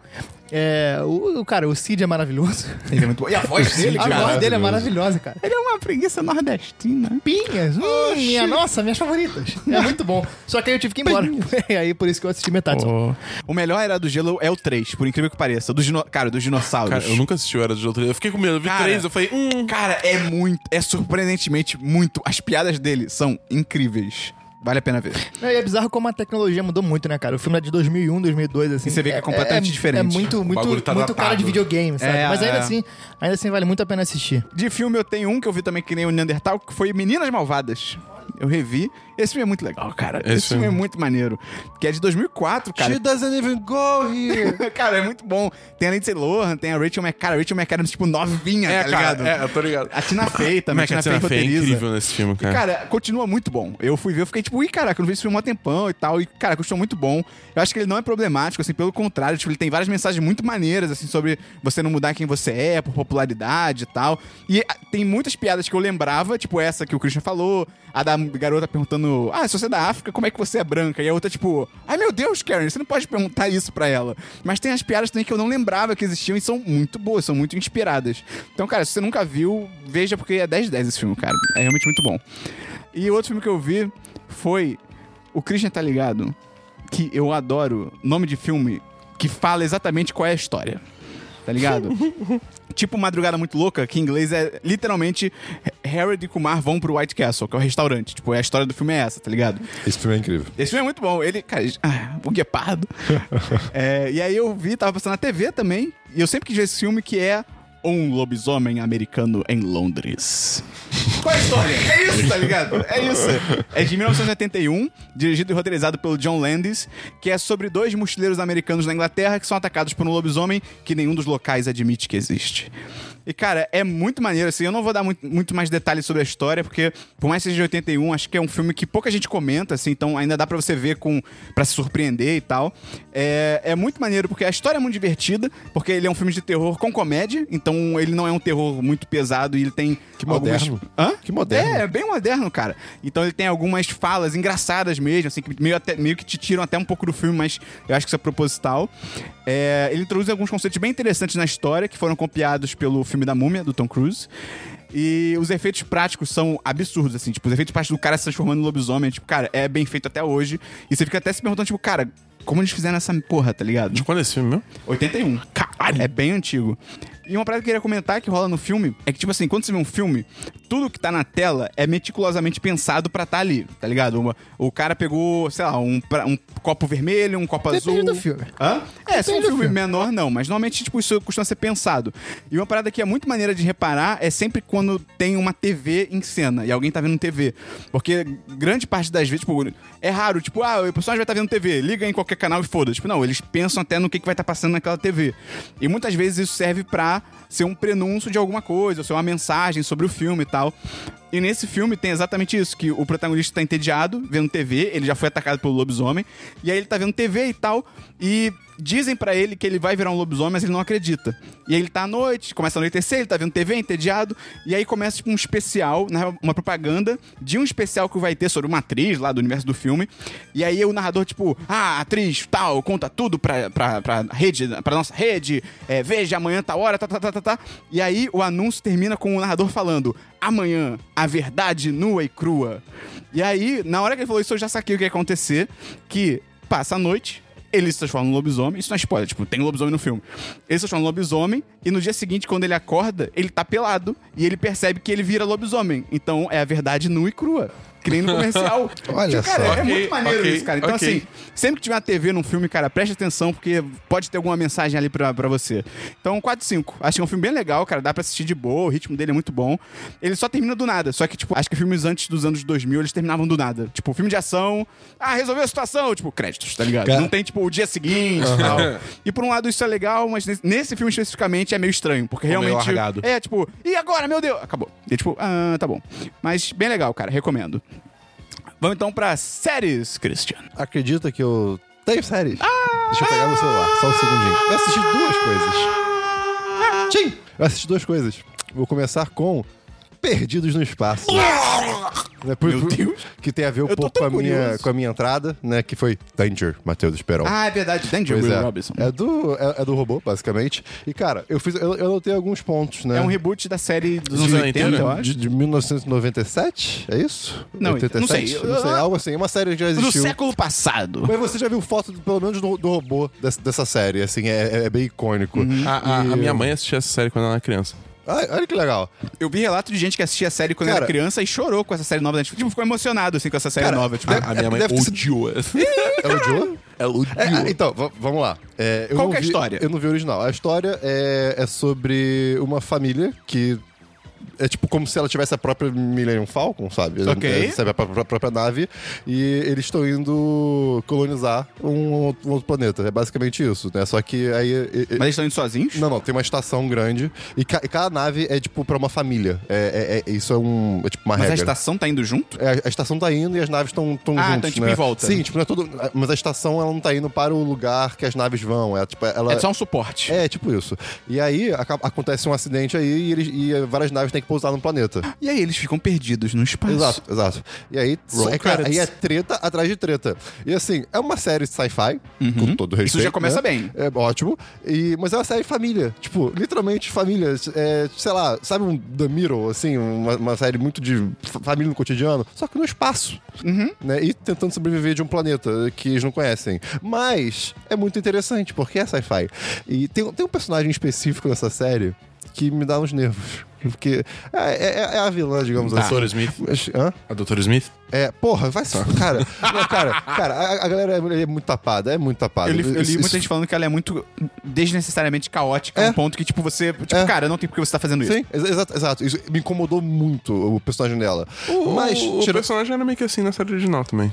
Speaker 3: É, o, o cara, o Cid é maravilhoso.
Speaker 1: Ele é muito bom. E a voz dele,
Speaker 3: A
Speaker 1: cara.
Speaker 3: voz dele é maravilhosa, cara.
Speaker 1: Ele é uma preguiça nordestina.
Speaker 3: Pinhas, hum, minha nossa, minhas favoritas. É muito bom. Só que aí eu tive que ir embora. E aí por isso que eu assisti metade. só.
Speaker 1: O melhor Era do Gelo é o 3, por incrível que pareça. Do dino... Cara, dos dinossauros.
Speaker 4: Cara, eu nunca assisti o Era de Outro. Eu fiquei com medo. Eu vi
Speaker 1: Cara,
Speaker 4: três, eu falei, hum.
Speaker 1: Cara, é muito. É surpreendentemente muito. As piadas dele são incríveis. Vale a pena ver.
Speaker 3: É, E é bizarro como a tecnologia mudou muito, né, cara? O filme é de 2001, 2002, assim.
Speaker 1: E você vê que é completamente diferente.
Speaker 3: É muito,
Speaker 4: bagulho
Speaker 3: muito,
Speaker 4: tá
Speaker 3: muito cara
Speaker 4: datado.
Speaker 3: de videogame, sabe?
Speaker 1: É,
Speaker 3: Mas ainda
Speaker 1: é.
Speaker 3: assim, ainda assim vale muito a pena assistir.
Speaker 1: De filme eu tenho um que eu vi também que nem o Neandertal, que foi Meninas Malvadas. Eu revi. Esse filme é muito legal, cara. Esse,
Speaker 4: Oh, Esse
Speaker 1: filme é
Speaker 4: filme.
Speaker 1: muito maneiro. Que é de 2004, cara.
Speaker 2: doesn't even go here.
Speaker 1: cara, é muito bom. Tem a Lindsay Lohan, tem a Rachel McCartney. Rachel McAdams, tipo, novinha, tá ligado?
Speaker 4: É, eu tô ligado.
Speaker 1: A Tina Fey também.
Speaker 4: Como é que a
Speaker 1: Tina
Speaker 4: Tina Fey é
Speaker 1: roteiriza.
Speaker 4: incrível nesse filme, cara.
Speaker 1: Cara, continua muito bom. Eu fui ver, eu fiquei tipo, ui, caraca, eu não vi esse filme há um tempão e tal. E, cara, continua muito bom. Eu acho que ele não é problemático, assim, pelo contrário, tipo, ele tem várias mensagens muito maneiras, assim, sobre você não mudar quem você é, por popularidade e tal. E ah, tem muitas piadas que eu lembrava, tipo essa que o Christian falou, a da garota perguntando, ah, se você é da África, como é que você é branca? E a outra, tipo, ai meu Deus, Karen, você não pode perguntar isso pra ela. Mas tem as piadas também que eu não lembrava que existiam e são muito boas, são muito inspiradas. Então, cara, se você nunca viu, veja, porque é 10 10 esse filme, cara. É realmente muito bom. E outro filme que eu vi foi. O Christian tá ligado? Que eu adoro nome de filme que fala exatamente qual é a história. Tá ligado? tipo Madrugada Muito Louca, que em inglês é literalmente Harold e Kumar vão pro White Castle, que é o restaurante. Tipo, a história do filme é essa, tá ligado?
Speaker 2: Esse filme é incrível.
Speaker 1: Esse filme é muito bom. Ele, cara, ah, o Guepardo. É, e aí eu vi, tava passando na TV também, e eu sempre quis ver esse filme que é Um Lobisomem Americano em Londres. Qual é a história? É isso, tá ligado? É isso. É de 1981, dirigido e roteirizado pelo John Landis, que é sobre dois mochileiros americanos na Inglaterra que são atacados por um lobisomem que nenhum dos locais admite que existe. E, cara, é muito maneiro, assim, eu não vou dar muito, muito mais detalhes sobre a história, porque, por mais que seja de 81, acho que é um filme que pouca gente comenta, assim, então ainda dá pra você ver com... para se surpreender e tal. É, é muito maneiro, porque a história é muito divertida, porque ele é um filme de terror com comédia, então ele não é um terror muito pesado e ele tem
Speaker 2: Que
Speaker 1: algumas-
Speaker 2: moderno.
Speaker 1: Hã?
Speaker 2: Que moderno.
Speaker 1: É, é bem moderno, cara. Então ele tem algumas falas engraçadas mesmo, assim, que meio, até- meio que te tiram até um pouco do filme, mas eu acho que isso é proposital. É, ele introduz alguns conceitos bem interessantes na história, que foram copiados pelo filme da Múmia, do Tom Cruise. E os efeitos práticos são absurdos, assim. Tipo, os efeitos práticos do cara se transformando em lobisomem, tipo, cara, é bem feito até hoje. E você fica até se perguntando, tipo, cara, como eles fizeram essa porra, tá ligado?
Speaker 4: De quando é esse filme mesmo?
Speaker 1: 81. Caralho! É bem antigo. E uma parada que eu queria comentar que rola no filme é que, tipo assim, quando você vê um filme, tudo que tá na tela é meticulosamente pensado pra tá ali, tá ligado? Uma- o cara pegou, sei lá, um, pra- um copo vermelho, um copo
Speaker 3: Depende
Speaker 1: azul.
Speaker 3: do filme.
Speaker 1: Hã? É, se é um
Speaker 3: Depende do
Speaker 1: filme
Speaker 3: filme.
Speaker 1: menor, não, mas normalmente, tipo, isso costuma ser pensado. E uma parada que é muito maneira de reparar é sempre quando tem uma TV em cena e alguém tá vendo TV. Porque grande parte das vezes, tipo, é raro, tipo, ah, o personagem vai estar vendo TV, liga em qualquer canal e foda. Tipo, não, eles pensam até no que, que vai estar passando naquela TV. E muitas vezes isso serve pra ser um prenúncio de alguma coisa, ou ser uma mensagem sobre o filme e tal. E nesse filme tem exatamente isso, que o protagonista tá entediado, vendo TV, ele já foi atacado pelo lobisomem, e aí ele tá vendo TV e tal, e dizem pra ele que ele vai virar um lobisomem, mas ele não acredita. E aí ele tá à noite, começa a anoitecer, ele tá vendo TV, entediado, e aí começa tipo, um especial, né, uma propaganda de um especial que vai ter sobre uma atriz lá do universo do filme, e aí o narrador, tipo, ah, atriz, tal, conta tudo pra, pra, pra rede, pra nossa rede, é, veja, amanhã tá hora, tá, tá, tá, tá, tá. E aí o anúncio termina com o narrador falando, amanhã, a verdade nua e crua. E aí, na hora que ele falou isso, eu já saquei o que ia acontecer, que passa a noite, ele se transforma num lobisomem, isso não é spoiler, tipo, tem um lobisomem no filme. Ele se transforma num lobisomem, e no dia seguinte, quando ele acorda, ele tá pelado, e ele percebe que ele vira lobisomem. Então, é a verdade nua e crua. Que nem no comercial.
Speaker 2: Olha
Speaker 1: cara,
Speaker 2: só.
Speaker 1: é
Speaker 4: Ok,
Speaker 1: muito maneiro
Speaker 4: ok,
Speaker 1: isso, cara. Então,
Speaker 4: ok.
Speaker 1: assim, sempre que tiver uma TV num filme, cara, preste atenção, porque pode ter alguma mensagem ali pra, pra você. Então, 4 de 5. Acho que é um filme bem legal, cara. Dá pra assistir de boa, o ritmo dele é muito bom. Ele só termina do nada. Só que, tipo, acho que filmes antes dos anos 2000, eles terminavam do nada. Tipo, filme de ação, ah, resolveu a situação, tipo, créditos, tá ligado?
Speaker 2: Cara-
Speaker 1: Não tem, tipo, o dia seguinte e tal. E por um lado isso é legal, mas nesse- nesse filme especificamente é meio estranho, porque
Speaker 4: meio
Speaker 1: realmente...
Speaker 4: largado.
Speaker 1: É, tipo, e agora, meu Deus? Acabou. E tipo, ah, tá bom. Mas bem legal, cara. Recomendo. Vamos então pra séries, Christian.
Speaker 2: Acredita que eu tenho séries?
Speaker 1: Ah!
Speaker 2: Deixa eu pegar meu celular, só um segundinho. Eu assisti duas coisas. Tchim! Eu assisti duas coisas. Vou começar com Perdidos no Espaço. Né, por-
Speaker 1: Meu
Speaker 2: por-
Speaker 1: Deus.
Speaker 2: Que tem a ver um
Speaker 1: Eu tô
Speaker 2: pouco com a,
Speaker 1: tão
Speaker 2: minha,
Speaker 1: curioso.
Speaker 2: com a minha entrada, né? Que foi Danger, Matheus Esperon.
Speaker 1: Ah, é verdade. Danger
Speaker 2: Pois
Speaker 1: Will
Speaker 2: é.
Speaker 1: Robinson.
Speaker 2: É do, é, é do robô, basicamente. E, cara, eu fiz. Eu, eu anotei alguns pontos, né?
Speaker 1: É um reboot da série dos
Speaker 4: De
Speaker 1: anos 80,
Speaker 4: 80,
Speaker 1: eu
Speaker 4: né?
Speaker 1: acho.
Speaker 2: de, de 1997, é isso?
Speaker 1: Não, então,
Speaker 2: 87?
Speaker 1: não sei. Ah!
Speaker 2: Não sei, algo assim. É uma série que já
Speaker 1: Do
Speaker 2: existiu.
Speaker 1: século passado.
Speaker 2: Mas você já viu foto, do- pelo menos, do, do robô dessa, dessa série, assim, é, é bem icônico.
Speaker 1: Uhum.
Speaker 4: A, a- a minha mãe assistia essa série quando ela era criança.
Speaker 2: Ai, olha que legal.
Speaker 1: Eu vi relato de gente que assistia a série quando
Speaker 2: Cara-
Speaker 1: era criança e chorou com essa série nova da Netflix. Tipo, ficou emocionado, assim, com essa série
Speaker 2: Cara,
Speaker 1: nova. Tipo,
Speaker 4: A, a minha mãe
Speaker 2: deve ter sido-
Speaker 4: odiou essa.
Speaker 2: Ela odiou?
Speaker 4: Ela odiou.
Speaker 2: É, ah, então, va- vamos lá. É, eu
Speaker 1: Qual
Speaker 2: não
Speaker 1: que é a
Speaker 2: vi-
Speaker 1: história?
Speaker 2: Eu não vi o original. A história é, é sobre uma família que. É tipo como se ela tivesse a própria Millennium Falcon, sabe? Ela-
Speaker 1: Ok.
Speaker 2: ela Sabe, a pró- pró- própria nave. E eles estão indo colonizar um outro, um outro planeta. É basicamente isso, né? Só que aí. e- e-
Speaker 1: "Ah, Mas eles estão indo sozinhos?
Speaker 2: Não, não, tem uma estação grande. E, ca- e cada nave é tipo pra uma família. É, é- é- isso é um. É tipo uma
Speaker 1: Mas a
Speaker 2: regra.
Speaker 1: estação tá indo junto?
Speaker 2: É, a- a estação tá indo e as naves estão tão
Speaker 1: Ah,
Speaker 2: juntas,
Speaker 1: então, tipo,
Speaker 2: né?
Speaker 1: em volta.
Speaker 2: Sim, tipo, não é todo... Mas a estação, ela não tá indo para o lugar que as naves vão. É, tipo, ela...
Speaker 1: É só um suporte.
Speaker 2: É, tipo isso. E aí, aca- acontece um acidente aí e, eles- e, eh, várias naves têm que pousar no planeta.
Speaker 1: E aí eles ficam perdidos no espaço.
Speaker 2: Exato, exato. E aí,
Speaker 4: Roll
Speaker 2: é, cara,
Speaker 4: credits.
Speaker 2: aí é treta atrás de treta. E assim, é uma série de sci-fi, com todo respeito.
Speaker 1: já começa
Speaker 2: né?
Speaker 1: bem.
Speaker 2: É ótimo. E, mas é uma série família. Tipo, literalmente família. É, sei lá, sabe um The Mirror, assim, uma, uma série muito de f- família no cotidiano, só que no espaço. Né? E tentando sobreviver de um planeta que eles não conhecem. Mas é muito interessante, porque é sci-fi. E tem, tem um personagem específico nessa série que me dá uns nervos. Porque é, é- é a vilã, digamos
Speaker 4: Tá.
Speaker 2: assim.
Speaker 4: Doutora Smith.
Speaker 2: Mas- hã?
Speaker 4: A doutora Smith?
Speaker 2: É, porra, vai só. Cara, não, cara, cara, a, a galera é, é muito tapada, é muito tapada.
Speaker 1: Eu li, eu li
Speaker 2: Isso-
Speaker 1: muita
Speaker 2: isso-
Speaker 1: gente falando que ela é muito desnecessariamente caótica, a
Speaker 2: É.
Speaker 1: um ponto que, tipo, você. Tipo,
Speaker 2: É.
Speaker 1: cara, não tem por que você tá fazendo isso.
Speaker 2: Sim, ex- exato, exato. Isso me incomodou muito o personagem dela.
Speaker 4: O,
Speaker 2: Mas,
Speaker 4: o- o
Speaker 2: tira-
Speaker 4: personagem era meio que assim na série original também.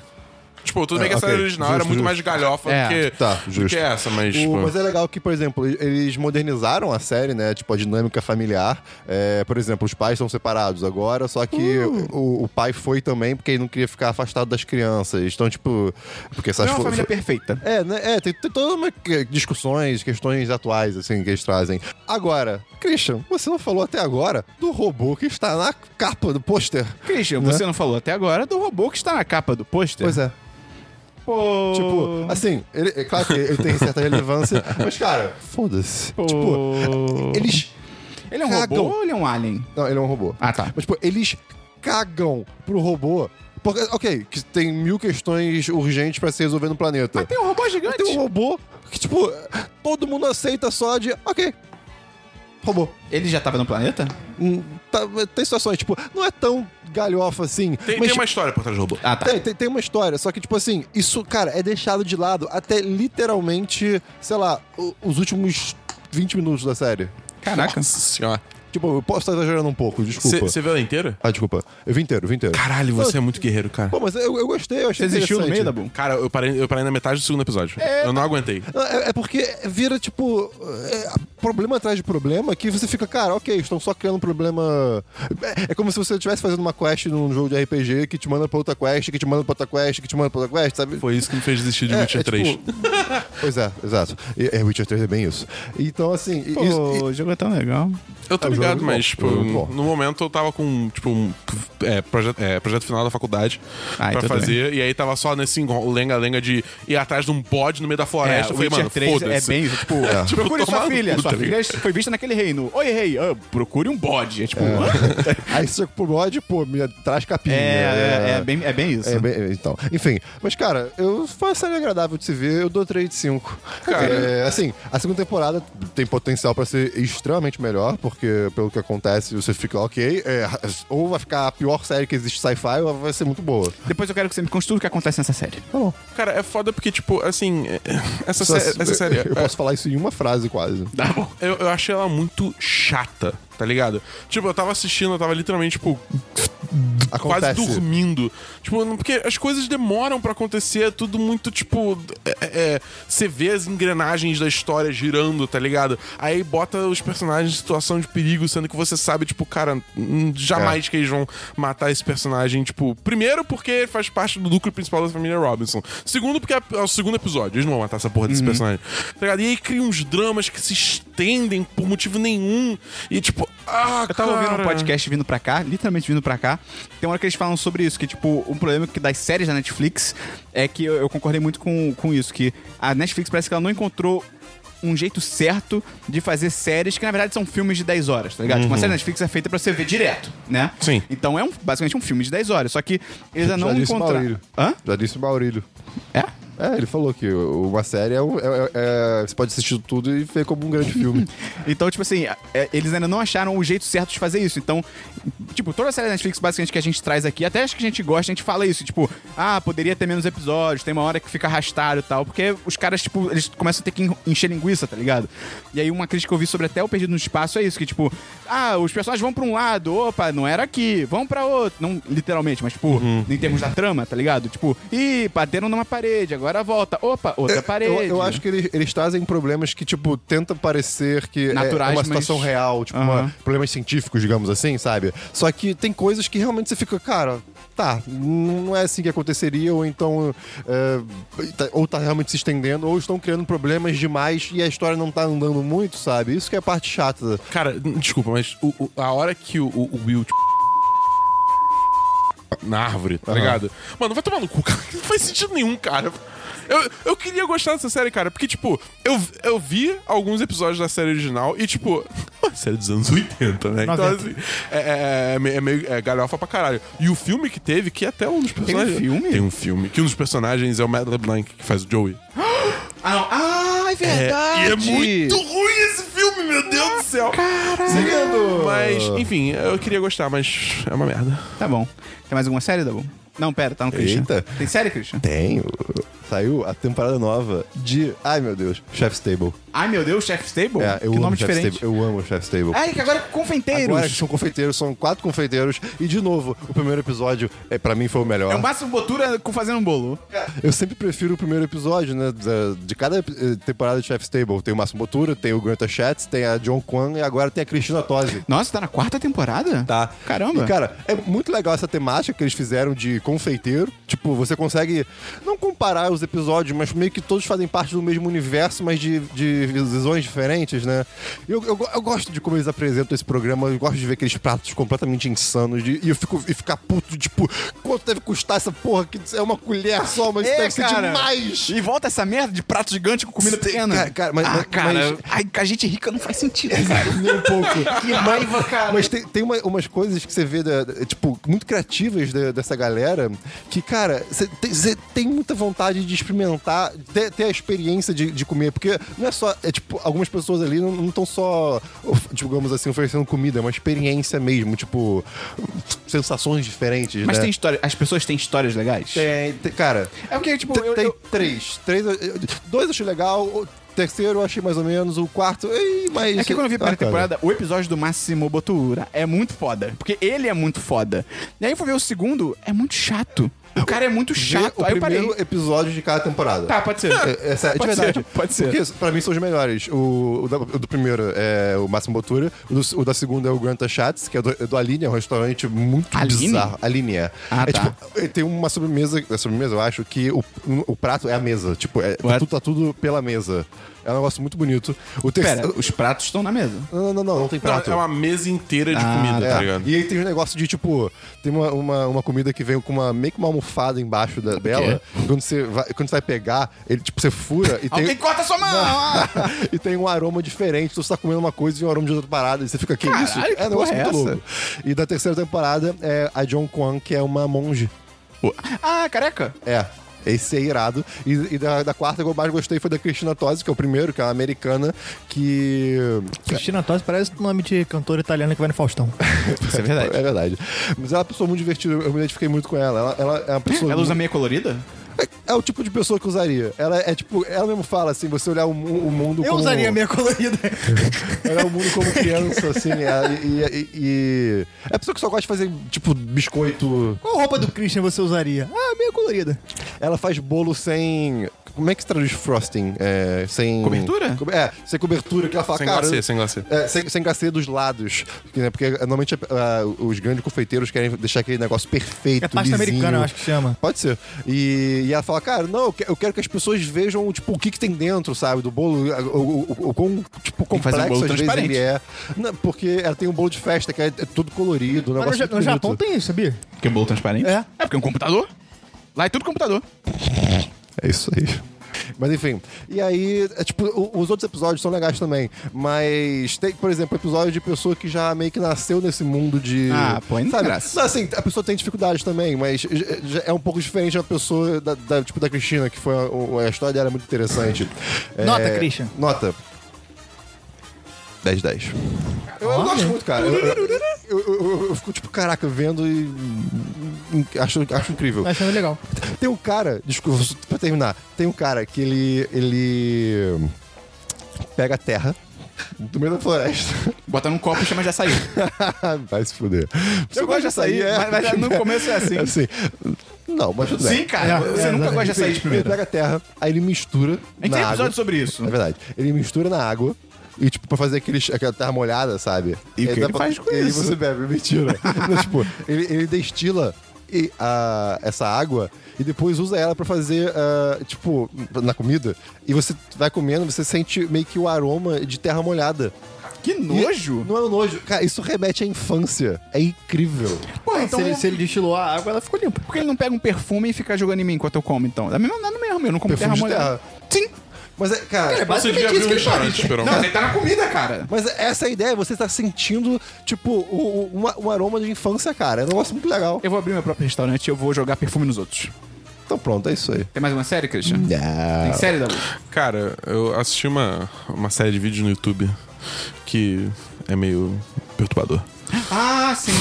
Speaker 4: Tipo, tudo bem
Speaker 2: É,
Speaker 4: que a série
Speaker 2: ok.
Speaker 4: original
Speaker 2: Justo,
Speaker 4: era muito
Speaker 2: justo.
Speaker 4: mais galhofa
Speaker 1: É.
Speaker 4: do, que,
Speaker 2: Tá,
Speaker 4: do
Speaker 2: justo.
Speaker 4: que essa, mas,
Speaker 2: O-
Speaker 4: tipo,
Speaker 2: mas é legal que, por exemplo, e- eles modernizaram a série, né? Tipo, a dinâmica familiar. É, por exemplo, os pais são separados agora, só que o, o pai foi também porque ele não queria ficar afastado das crianças. Então, tipo, porque essas
Speaker 1: Não é uma
Speaker 2: fo-
Speaker 1: família
Speaker 2: fo-
Speaker 1: perfeita.
Speaker 2: É, né? É, tem, tem todas uma que- discussões, questões atuais, assim, que eles trazem. Agora, Christian, você não falou até agora do robô que está na capa do pôster.
Speaker 1: Christian,
Speaker 2: Né?
Speaker 1: você não falou até agora do robô que está na capa do pôster?
Speaker 2: Pois é.
Speaker 1: Pô.
Speaker 2: Tipo, assim, ele, é claro que ele tem certa relevância, mas, cara, foda-se. Tipo,
Speaker 1: Pô.
Speaker 2: eles.
Speaker 1: Ele é um
Speaker 2: cagam.
Speaker 1: robô ou ele é um alien?
Speaker 2: Não, ele é um robô.
Speaker 1: Ah, tá.
Speaker 2: Mas, tipo, eles cagam pro robô. Porque, ok, que tem mil questões urgentes pra se resolver no planeta.
Speaker 1: Tem um robô gigante?
Speaker 2: Tem um robô que, tipo, todo mundo aceita só de. Ok. robô.
Speaker 1: Ele já tava no planeta?
Speaker 2: Hum, tá- tem situações, tipo, não é tão galhofa assim.
Speaker 4: Tem,
Speaker 2: mas é,
Speaker 4: tem uma história por trás do robô.
Speaker 1: Ah, tá.
Speaker 2: Tem, tem, tem uma história, só que, tipo assim, isso, cara, é deixado de lado até literalmente, sei lá, o- os últimos 20 minutos da série.
Speaker 1: Caraca.
Speaker 4: Nossa senhora.
Speaker 2: Tipo, eu posso estar exagerando um pouco, desculpa.
Speaker 4: Você viu ela inteira?
Speaker 2: Ah, desculpa. Eu vi inteiro, eu vi inteiro.
Speaker 4: Caralho, você é muito guerreiro, cara.
Speaker 2: Pô, mas eu, eu gostei, eu
Speaker 1: Você
Speaker 2: achei
Speaker 1: existiu no
Speaker 2: interessante.
Speaker 1: meio da boom?
Speaker 4: Cara, eu parei, eu parei na metade do segundo episódio. eu não aguentei.
Speaker 2: É, é porque vira, tipo, é, problema atrás de problema que você fica, cara, ok, estão só criando um problema. É, é como se você estivesse fazendo uma quest num jogo de RPG que te manda pra outra quest, que te manda pra outra quest, que te manda pra outra quest, sabe?
Speaker 4: Foi isso que me fez desistir de
Speaker 2: É,
Speaker 4: Witcher
Speaker 2: é,
Speaker 4: 3.
Speaker 2: tipo, pois é, exato. E, é, Witcher 3 é bem isso. Então, assim,
Speaker 1: Pô,
Speaker 2: isso,
Speaker 1: o jogo é tão legal.
Speaker 4: Eu tô
Speaker 2: É, o jogo é
Speaker 4: ligado,
Speaker 2: muito bom.
Speaker 4: mas, tipo,
Speaker 2: O jogo é muito bom.
Speaker 4: no momento eu tava com, tipo, um é, projeto, é, projeto final da faculdade
Speaker 1: Ah,
Speaker 4: pra
Speaker 1: então tudo
Speaker 4: fazer, e aí tava só nesse engo- lenga-lenga de ir atrás de um bode no meio da floresta.
Speaker 1: o
Speaker 4: eu falei,
Speaker 1: Witcher
Speaker 4: mano,
Speaker 1: 3 é
Speaker 4: foda-se.
Speaker 1: bem, isso, tipo,
Speaker 4: Tipo,
Speaker 1: procure
Speaker 4: tomar
Speaker 1: sua
Speaker 4: no
Speaker 1: filha.
Speaker 4: cu,
Speaker 1: Sua
Speaker 4: tá
Speaker 1: filha foi vista naquele reino. Oi, rei, ah, procure um bode. É tipo, hã?
Speaker 2: aí você pro bode, pô, me traz capinha.
Speaker 1: é, é, é bem, é bem isso.
Speaker 2: É, bem- é, então, enfim. Mas, cara, eu, foi uma série agradável de se ver, eu dou 3 de 5.
Speaker 4: Cara.
Speaker 2: É, assim, a segunda temporada tem potencial pra ser extremamente melhor, porque pelo que acontece, você fica, ok, é, ou vai ficar a pior série que existe sci-fi, ou vai ser muito boa.
Speaker 1: Depois eu quero que você me conte tudo o que acontece nessa série.
Speaker 2: Tá bom.
Speaker 4: Cara, é foda porque, tipo, assim, é- essa,
Speaker 2: Só-
Speaker 4: sé- essa série. é-
Speaker 2: Eu posso falar isso em uma frase, quase.
Speaker 1: Tá bom.
Speaker 4: Eu, eu achei ela muito chata, tá ligado? Tipo, eu tava assistindo, eu tava literalmente, tipo,
Speaker 2: Acontece.
Speaker 4: Tá quase dormindo. Tipo, não- porque as coisas demoram pra acontecer, é tudo muito, tipo. é- é- Você vê as engrenagens da história girando, tá ligado? Aí bota os personagens em situação de perigo, sendo que você sabe, tipo, cara, hum, jamais que eles vão matar esse personagem, tipo, primeiro porque ele faz parte do núcleo principal da família Robinson. Segundo, porque é é o segundo episódio, eles não vão matar essa porra desse personagem. Tá ligado? E aí cria uns dramas que se estendem por motivo nenhum. E tipo, ah,
Speaker 1: Eu tava ouvindo um
Speaker 4: cara.
Speaker 1: podcast vindo pra cá, literalmente vindo pra cá. Tem uma hora que eles falam sobre isso, que, tipo, um problema que das séries da Netflix é que eu, eu concordei muito com, com isso, que a Netflix parece que ela não encontrou um jeito certo de fazer séries que, na verdade, são filmes de 10 horas, tá ligado? Tipo,
Speaker 2: Uhum.
Speaker 1: uma série da Netflix é feita pra você ver direto, né?
Speaker 4: Sim.
Speaker 1: Então é um, basicamente um filme de 10 horas, só que eles ainda
Speaker 2: Já
Speaker 1: é não
Speaker 2: disse
Speaker 1: encontraram...
Speaker 2: Maurílio.
Speaker 1: Hã?
Speaker 2: Já disse o Maurílio.
Speaker 1: É?
Speaker 2: É, ele falou que uma série é, um- é- é- é- Você pode assistir tudo e ver como um grande filme.
Speaker 1: Então, tipo assim, é, eles ainda não acharam o jeito certo de fazer isso. Então, tipo, toda a série da Netflix, basicamente, que a gente traz aqui, até acho que a gente gosta, a gente fala isso, tipo, ah, poderia ter menos episódios, tem uma hora que fica arrastado e tal, porque os caras, tipo, eles começam a ter que en- encher linguiça, tá ligado? E aí uma crítica que eu vi sobre até o Perdido no Espaço é isso, que tipo, ah, os personagens vão pra um lado, opa, não era aqui, vão pra outro. Não literalmente, mas tipo, em termos da trama, tá ligado? Tipo, ih, bateram numa parede, agora volta, opa, outra parede.
Speaker 2: Eu, eu acho que eles, eles trazem problemas que, tipo, tentam parecer que é-
Speaker 1: Naturais,
Speaker 2: é uma situação
Speaker 1: mas-
Speaker 2: real, tipo,
Speaker 1: Aham.
Speaker 2: uma- problemas científicos, digamos assim, sabe? Só que tem coisas que realmente você fica, cara, tá, não é assim que aconteceria, ou então. é, tá- ou tá realmente se estendendo, ou estão criando problemas demais e a história não tá andando muito, sabe? Isso que é a parte chata.
Speaker 4: Cara, n- desculpa, mas o- o- a hora que o, o- o Will. tipo, na árvore, tá ligado? Mano, vai tomar no cu, cara. Não faz sentido nenhum, cara. Eu, eu queria gostar dessa série, cara, porque, tipo, eu, eu vi alguns episódios da série original e, tipo, uma série dos anos 80, né? Então,
Speaker 3: 90.
Speaker 4: assim, é, é- é me- é meio é galhofa pra caralho. E o filme que teve, que até um dos personagens.
Speaker 1: filme?
Speaker 4: Tem um filme. Que um dos personagens é o Matt LeBlanc, que faz o Joey.
Speaker 1: Ah, não. ah é
Speaker 4: É,
Speaker 1: verdade!
Speaker 4: e é muito ruim esse filme, meu Deus do céu. Caralho. Mas, enfim, eu queria gostar, mas é uma merda.
Speaker 1: Tá bom. Tem mais alguma série, Dabu? Não, pera, tá no Christian.
Speaker 2: Eita.
Speaker 1: Tem série, Christian?
Speaker 2: Tem. Saiu a temporada nova de. Ai meu Deus, Chef's Table.
Speaker 1: Ai, meu Deus, Chef's Table?
Speaker 2: É, eu
Speaker 1: que
Speaker 2: amo
Speaker 1: nome
Speaker 2: Chef's
Speaker 1: diferente.
Speaker 2: Table. Eu amo Chef's Table.
Speaker 1: Ai, que agora é com confeiteiros.
Speaker 2: Agora que são confeiteiros, são quatro confeiteiros. E, de novo, o primeiro episódio, é, para mim, foi o melhor.
Speaker 1: É o Máximo Botura com fazendo um bolo.
Speaker 2: Eu sempre prefiro o primeiro episódio, né? da- De, cada eh, temporada de Chef's Table. Tem o Márcio Botura, tem o Grant Chatz, tem a John Kwan e agora tem a Cristina Tosi.
Speaker 1: Nossa, tá na quarta temporada?
Speaker 2: Tá.
Speaker 1: Caramba.
Speaker 2: E, cara, é muito legal essa temática que eles fizeram de confeiteiro. Tipo, você consegue não comparar os episódios, mas meio que todos fazem parte do mesmo universo, mas de, de visões diferentes, né? E Eu, eu, go- eu gosto de como eles apresentam esse programa, eu gosto de ver aqueles pratos completamente insanos de- e eu fico e ficar puto, tipo, quanto deve custar essa porra que é uma colher só, mas isso
Speaker 1: É,
Speaker 2: deve ser
Speaker 1: cara.
Speaker 2: demais!
Speaker 1: E volta essa merda de prato gigante com comida pequena.
Speaker 2: Cara, cara, mas-
Speaker 1: ah,
Speaker 2: mas-
Speaker 1: cara,
Speaker 2: mas-
Speaker 1: ai, a gente rica não faz sentido, cara.
Speaker 2: Nem um pouco.
Speaker 1: Que raiva, cara.
Speaker 2: Mas tem, tem uma- umas coisas que você vê, da- da- tipo, muito criativas da- dessa galera, que, cara, cara, você tem, cê tem muita vontade de experimentar, ter, ter a experiência de, de comer, porque não é só. É tipo, algumas pessoas ali não estão só, of- digamos assim, oferecendo comida, é uma experiência mesmo, tipo, sensações diferentes.
Speaker 1: Mas
Speaker 2: né?
Speaker 1: tem história. As pessoas têm histórias legais?
Speaker 2: Tem, tem- cara.
Speaker 1: É porque, tipo,
Speaker 2: Tem-
Speaker 1: eu,
Speaker 2: tem
Speaker 1: eu-
Speaker 2: três. três eu- eu- dois eu achei legal, o terceiro eu achei mais ou menos, o quarto. Ei, mas.
Speaker 1: É que quando eu vi a primeira
Speaker 2: Ah, cara.
Speaker 1: temporada, o episódio do Máximo Botura é muito foda. Porque ele é muito foda. E aí eu fui ver o segundo, é muito chato. O cara é muito
Speaker 2: Vê
Speaker 1: chato.
Speaker 2: o
Speaker 1: Aí eu parei.
Speaker 2: primeiro episódio de cada temporada.
Speaker 1: Tá, pode ser.
Speaker 2: É, essa, é de
Speaker 1: Pode ser,
Speaker 2: verdade.
Speaker 1: pode ser.
Speaker 2: Porque, pra mim, são os melhores. O, o da- o do primeiro é o Máximo Botura, o, do- o da segunda é o Granta Schatz, que é do, é do Aline, é um restaurante muito
Speaker 1: Aline?
Speaker 2: bizarro. Aline é.
Speaker 1: Ah,
Speaker 2: é,
Speaker 1: tá.
Speaker 2: tipo, é, tem uma sobremesa, é sobremesa, eu acho, que o, o prato é a mesa. Tipo, é, tá,
Speaker 1: What?
Speaker 2: tudo, tá tudo pela mesa. É um negócio muito bonito. O
Speaker 1: Pera,
Speaker 2: terceiro.
Speaker 1: os pratos estão na mesa.
Speaker 2: Não, não, não, não tem prato.
Speaker 4: É uma mesa inteira de
Speaker 1: Ah,
Speaker 4: comida,
Speaker 2: É,
Speaker 4: tá ligado?
Speaker 2: E aí tem um negócio de, tipo, tem uma, uma, uma comida que vem com uma, meio que uma almofada embaixo da- dela. Quando você, vai, quando você vai pegar, ele, tipo, você fura e
Speaker 1: Alguém
Speaker 2: tem,
Speaker 1: corta sua mão! Ah!
Speaker 2: e tem um aroma diferente. Então você tá comendo uma coisa e um aroma de outra parada. E você fica, que
Speaker 1: Caralho,
Speaker 2: isso?
Speaker 1: que
Speaker 2: É um negócio
Speaker 1: porra é
Speaker 2: muito
Speaker 1: essa?
Speaker 2: louco. E da terceira temporada é a John Kwan, que é uma monge.
Speaker 1: Ah, careca!
Speaker 2: É. Esse é irado. E, e da, da quarta que eu mais gostei foi da Cristina Tosi, que é o primeiro, que é uma americana, que.
Speaker 3: Cristina Tosi parece o nome de cantora italiana que vai no Faustão.
Speaker 1: Isso é verdade.
Speaker 2: É verdade. Mas ela é uma pessoa muito divertida, eu me identifiquei muito com ela. Ela, ela é uma pessoa.
Speaker 1: Ela
Speaker 2: muito-
Speaker 1: usa meia colorida?
Speaker 2: É o tipo de pessoa que usaria. Ela é tipo, ela mesmo fala assim, você olhar o, mu- o mundo
Speaker 3: Eu
Speaker 2: como.
Speaker 3: usaria a minha colorida.
Speaker 2: Olhar o mundo como criança, assim. é, e, e- e- É a pessoa que só gosta de fazer, tipo, biscoito.
Speaker 3: Qual roupa do Christian você usaria? Ah, a minha colorida.
Speaker 2: Ela faz bolo sem. Como é que se traduz frosting? É, sem.
Speaker 1: Cobertura?
Speaker 2: Co- É, sem cobertura, que ela fala,
Speaker 4: Sem
Speaker 2: cara.
Speaker 4: glacê, sem glacê.
Speaker 2: É, sem, sem glacê dos lados. que, né, Porque normalmente ah, os grandes confeiteiros querem deixar aquele negócio perfeito.
Speaker 3: É pasta
Speaker 2: lisinho.
Speaker 3: americana, eu acho que chama.
Speaker 2: Pode ser. E, e ela fala, cara, não, eu que- eu quero que as pessoas vejam, tipo, o que, que tem dentro, sabe, do bolo, a- o, o, o, o quão, tipo,
Speaker 1: Tem que fazer
Speaker 2: complexo
Speaker 1: um bolo
Speaker 2: às vezes
Speaker 1: transparente.
Speaker 2: ele é. Não, porque ela tem um bolo de festa que é, é todo colorido, um
Speaker 3: Mas no,
Speaker 2: negócio
Speaker 3: Ja-
Speaker 2: muito
Speaker 3: no
Speaker 2: bonito.
Speaker 3: Japão tem isso, sabia?
Speaker 1: Porque é bolo transparente?
Speaker 3: É.
Speaker 1: É porque é um computador. Lá é tudo computador.
Speaker 2: É isso aí. Mas enfim, e aí, é, tipo, o- os outros episódios são legais também, mas tem, por exemplo, episódio de pessoa que já meio que nasceu nesse mundo de...
Speaker 1: Ah, pô, aí não tem
Speaker 2: sabe?
Speaker 1: graça.
Speaker 2: Não, assim, a pessoa tem dificuldades também, mas j- j- é um pouco diferente da pessoa, da, da- tipo, da Cristina, que foi a, a história dela é muito interessante.
Speaker 3: Nota,
Speaker 2: É,
Speaker 3: Christian.
Speaker 2: Nota. 10, 10. Eu, eu gosto muito, cara. Eu, eu, eu- eu- eu fico, tipo, caraca, vendo e... Acho, acho incrível.
Speaker 3: Achando legal.
Speaker 2: Tem um cara, desculpa, só pra terminar. Tem um cara que ele. ele. pega a terra do meio da floresta.
Speaker 1: Bota num copo e chama de açaí.
Speaker 2: Vai se fuder. Você
Speaker 1: gosto de açaí, mas- mas no começo é assim.
Speaker 2: Não, mas tudo bem. É,
Speaker 1: Sim, cara. você nunca gosta de açaí de
Speaker 2: Ele
Speaker 1: primeira.
Speaker 2: pega a terra, aí ele mistura.
Speaker 1: A gente
Speaker 2: na
Speaker 1: tem um
Speaker 2: água.
Speaker 1: episódio sobre isso.
Speaker 2: É verdade. Ele mistura na água. E, tipo, pra fazer aquele, aquela terra molhada, sabe?
Speaker 1: E o
Speaker 2: Aí
Speaker 1: que
Speaker 2: dá
Speaker 1: ele faz com
Speaker 2: e aí
Speaker 1: isso?
Speaker 2: você bebe, mentira. Mas, tipo, ele, ele destila e, a, essa água e depois usa ela pra fazer, ah, tipo, na comida. E você vai comendo, você sente meio que o aroma de terra molhada.
Speaker 1: Que
Speaker 2: E
Speaker 1: nojo!
Speaker 2: Não é um nojo. Cara, isso remete à infância. É incrível.
Speaker 1: Porra, então.
Speaker 3: se, ele, se ele destilou a água, ela ficou limpa.
Speaker 1: Por que ele não pega um perfume e fica jogando em mim enquanto eu como, então? Da mesma nada mesmo, eu não como
Speaker 2: Perfume de
Speaker 1: terra molhada. Sim.
Speaker 2: Mas, é, cara...
Speaker 4: Você devia abrir um restaurante, Esperão.
Speaker 1: Não, mas ele tá na comida, cara.
Speaker 2: Mas essa é a ideia, você tá sentindo, tipo, o, o- uma- um aroma de infância, cara. É um negócio muito legal.
Speaker 1: Eu vou abrir meu próprio restaurante e eu vou jogar perfume nos outros.
Speaker 2: Então pronto, é isso aí.
Speaker 1: Tem mais uma série, Christian? Tem série, Dabu?
Speaker 4: Cara, eu assisti uma, uma série de vídeos no YouTube que é meio perturbador.
Speaker 1: Ah, sim.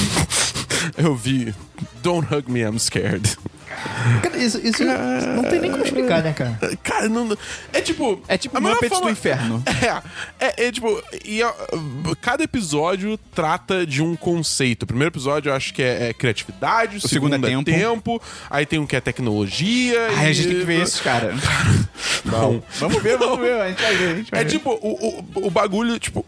Speaker 4: Eu vi Don't Hug Me, I'm Scared.
Speaker 3: Cara, isso, isso não tem nem como explicar, né, cara?
Speaker 4: Cara, não. É tipo.
Speaker 1: É tipo
Speaker 4: a mesma
Speaker 1: Muppets do Inferno.
Speaker 4: É, é, é tipo. E a- cada episódio trata de um conceito. O primeiro episódio eu acho que é, é criatividade, o,
Speaker 1: segundo
Speaker 4: segundo,
Speaker 1: é
Speaker 4: é tempo. Aí tem um que é tecnologia.
Speaker 1: Ai, a
Speaker 4: e-
Speaker 1: gente tem que ver esses, cara.
Speaker 4: Não.
Speaker 1: Vamos ver, vamos ver. A gente vai ver. a gente vai
Speaker 4: É
Speaker 1: ver.
Speaker 4: tipo, o, o, o bagulho, tipo.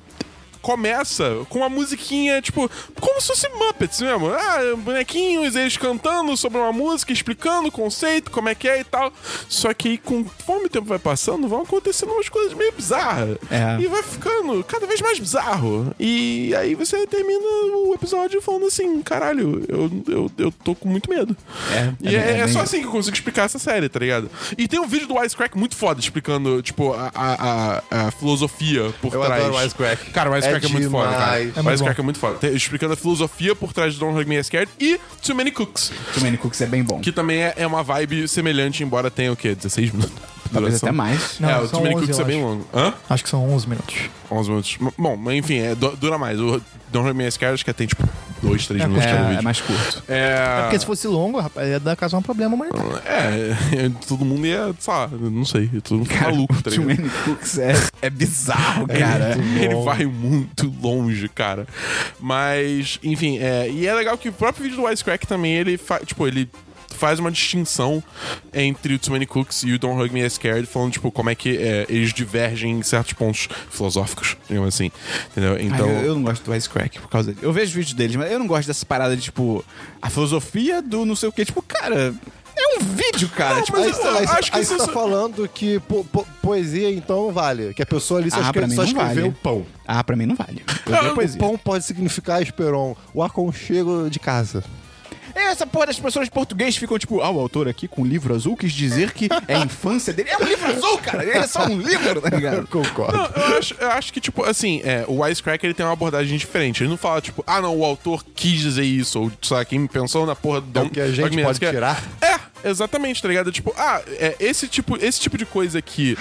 Speaker 4: Começa com uma musiquinha, tipo, como se fosse Muppets mesmo. Ah, bonequinhos, eles cantando sobre uma música, explicando o conceito, como é que é e tal. Só que aí, conforme o tempo vai passando, vão acontecendo umas coisas meio bizarras.
Speaker 1: É.
Speaker 4: E vai ficando cada vez mais bizarro. E aí você termina o episódio falando assim: caralho, eu, eu, eu tô com muito medo.
Speaker 1: É,
Speaker 4: E
Speaker 1: é
Speaker 4: é,
Speaker 1: bem-
Speaker 4: é só
Speaker 1: bem-
Speaker 4: assim que eu consigo explicar essa série, tá ligado? E tem um vídeo do Wisecrack muito foda explicando, tipo, a, a, a- a filosofia por
Speaker 2: Eu
Speaker 4: trás.
Speaker 2: adoro Wisecrack.
Speaker 4: Cara, o Wisecrack Crack é, muito foda, cara.
Speaker 2: demais. É
Speaker 3: muito
Speaker 4: Rise
Speaker 3: bom.
Speaker 4: Crack é muito foda. Tem- explicando a filosofia por trás de Don't Hug Me I Scared e Too Many Cooks,
Speaker 1: Too Many Cooks é bem bom.
Speaker 4: que também é, é uma vibe semelhante, embora tenha o quê? 16 minutos? de
Speaker 1: Talvez
Speaker 4: duração?
Speaker 1: até mais.
Speaker 3: Não,
Speaker 4: é, o
Speaker 3: são
Speaker 4: Too Many
Speaker 3: 11,
Speaker 4: Cooks
Speaker 3: eu
Speaker 4: é bem
Speaker 3: acho.
Speaker 4: longo. Hã?
Speaker 3: Acho que são 11 minutos.
Speaker 4: 11 minutos. M- Bom, mas enfim, é, du- dura mais. O Don't Hug Me I Scared acho que tem tipo 2, 3
Speaker 3: É,
Speaker 4: minutos cada
Speaker 1: É, é
Speaker 4: vídeo.
Speaker 1: mais curto. Ah.
Speaker 4: É,
Speaker 3: Porque se fosse longo, rapaz, ia dar causar um problema humanitário.
Speaker 4: é, todo mundo ia, sei lá, não sei, todo mundo
Speaker 1: Cara,
Speaker 4: maluco, tá
Speaker 1: Too
Speaker 4: ligado?
Speaker 1: Many Cooks é, é bizarro, cara.
Speaker 4: Ele vai muito longe, cara. Mas, enfim, é, e é legal que o próprio vídeo do Wisecrack também, ele faz, tipo, ele faz uma distinção entre o Too Many Cooks e o Don't Hug Me I Scared, falando, tipo, como é que é, eles divergem em certos pontos filosóficos, digamos assim, entendeu?
Speaker 1: Ai,
Speaker 4: Então...
Speaker 1: eu, eu não gosto do Ice Crack por causa disso. Eu vejo vídeos deles, mas eu não gosto dessa parada de, tipo, a filosofia do não sei o quê. Tipo, cara, é um vídeo, cara. tipo,
Speaker 4: mas
Speaker 2: Aí
Speaker 4: eu
Speaker 2: você aí,
Speaker 4: acho que
Speaker 2: aí você
Speaker 4: isso-
Speaker 2: tá falando que po- po- poesia então vale. Que a pessoa ali só,
Speaker 1: Ah, pra
Speaker 2: escreve,
Speaker 1: mim
Speaker 2: só
Speaker 1: não
Speaker 2: escreveu
Speaker 1: vale.
Speaker 2: o pão.
Speaker 1: Ah, pra mim não vale. Eu
Speaker 4: Ah,
Speaker 1: odeio
Speaker 4: o
Speaker 1: poesia.
Speaker 2: O pão pode significar, Esperon, o aconchego de casa.
Speaker 1: É, essa porra das pessoas de português ficam tipo, ah, o autor aqui com um livro azul quis dizer que é a infância dele. É um livro azul, cara! É só um livro, tá ligado?
Speaker 2: Concordo.
Speaker 4: Não, eu acho, eu acho que, tipo, assim, é, o Wisecrack ele tem uma abordagem diferente. Ele não fala, tipo, ah, não, o autor quis dizer isso, ou sei lá, quem pensou na porra do.
Speaker 2: É o que a gente
Speaker 4: Dogma-
Speaker 2: pode
Speaker 4: que é-
Speaker 2: tirar.
Speaker 4: É, exatamente, tá ligado? Tipo, ah, é, esse, tipo, esse tipo de coisa que.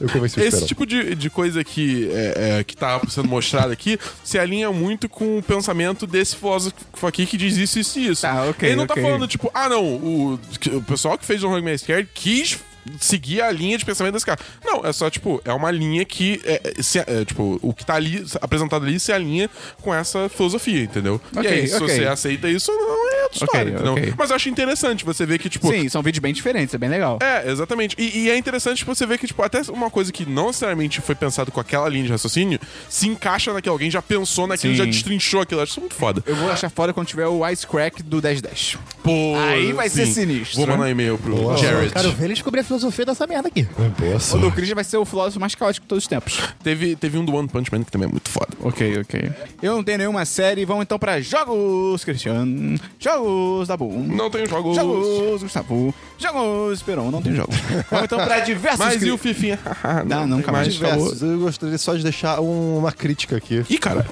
Speaker 2: Eu convenci o
Speaker 4: esse
Speaker 2: Esperon.
Speaker 4: tipo de, de coisa que, é, é, que tá sendo mostrada aqui se alinha muito com o pensamento desse filósofo aqui que diz isso, isso e isso.
Speaker 1: Tá, ok,
Speaker 4: Ele não
Speaker 1: ok.
Speaker 4: tá falando, tipo, ah, não, o, que- o pessoal que fez o Hogman Scared quis seguir a linha de pensamento desse cara. Não, é só, tipo, é uma linha que, é, se- é, tipo, o que tá ali, apresentado ali, se alinha com essa filosofia, entendeu?
Speaker 1: Ok,
Speaker 4: e aí, se
Speaker 1: ok.
Speaker 4: você aceita isso, não é
Speaker 1: Ok,
Speaker 4: outra história, entendeu?
Speaker 1: ok.
Speaker 4: Mas eu acho interessante você ver que, tipo,
Speaker 1: Sim, são vídeos bem diferentes, é bem legal.
Speaker 4: é, exatamente. E, e é interessante tipo, você ver que, tipo, até uma coisa que não necessariamente foi pensado com aquela linha de raciocínio se encaixa naquilo. Alguém já pensou naquilo,
Speaker 1: Sim.
Speaker 4: já destrinchou aquilo. Eu acho isso muito foda.
Speaker 1: Eu vou achar fora quando tiver o Ice Crack do 1010.
Speaker 4: Pô,
Speaker 1: Aí vai ser sinistro,
Speaker 4: Vou
Speaker 1: né?
Speaker 4: mandar um e-mail pro
Speaker 2: Boa.
Speaker 4: Jared.
Speaker 3: Cara, eu vi ele descobrir a filosofia dessa merda aqui.
Speaker 2: Boa
Speaker 1: O
Speaker 2: sorte.
Speaker 1: do Christian vai ser o filósofo mais caótico de todos os tempos.
Speaker 4: Teve, teve um do One Punch Man que também é muito foda.
Speaker 1: Ok, ok. Eu não tenho nenhuma série, vamos então pra jogos, Cristiano. Jogos da Boom.
Speaker 4: Não tem jogos.
Speaker 1: Jogos, Gustavo. Jogos, Esperon, não tem jogos. Vamos então pra diversos.
Speaker 4: Mas
Speaker 1: cri-
Speaker 4: e o Fifinha?
Speaker 1: Não, nunca
Speaker 4: tem
Speaker 1: mais.
Speaker 4: acabou.
Speaker 2: Diversos. Eu gostaria só de deixar um- uma crítica aqui.
Speaker 4: Ih, cara.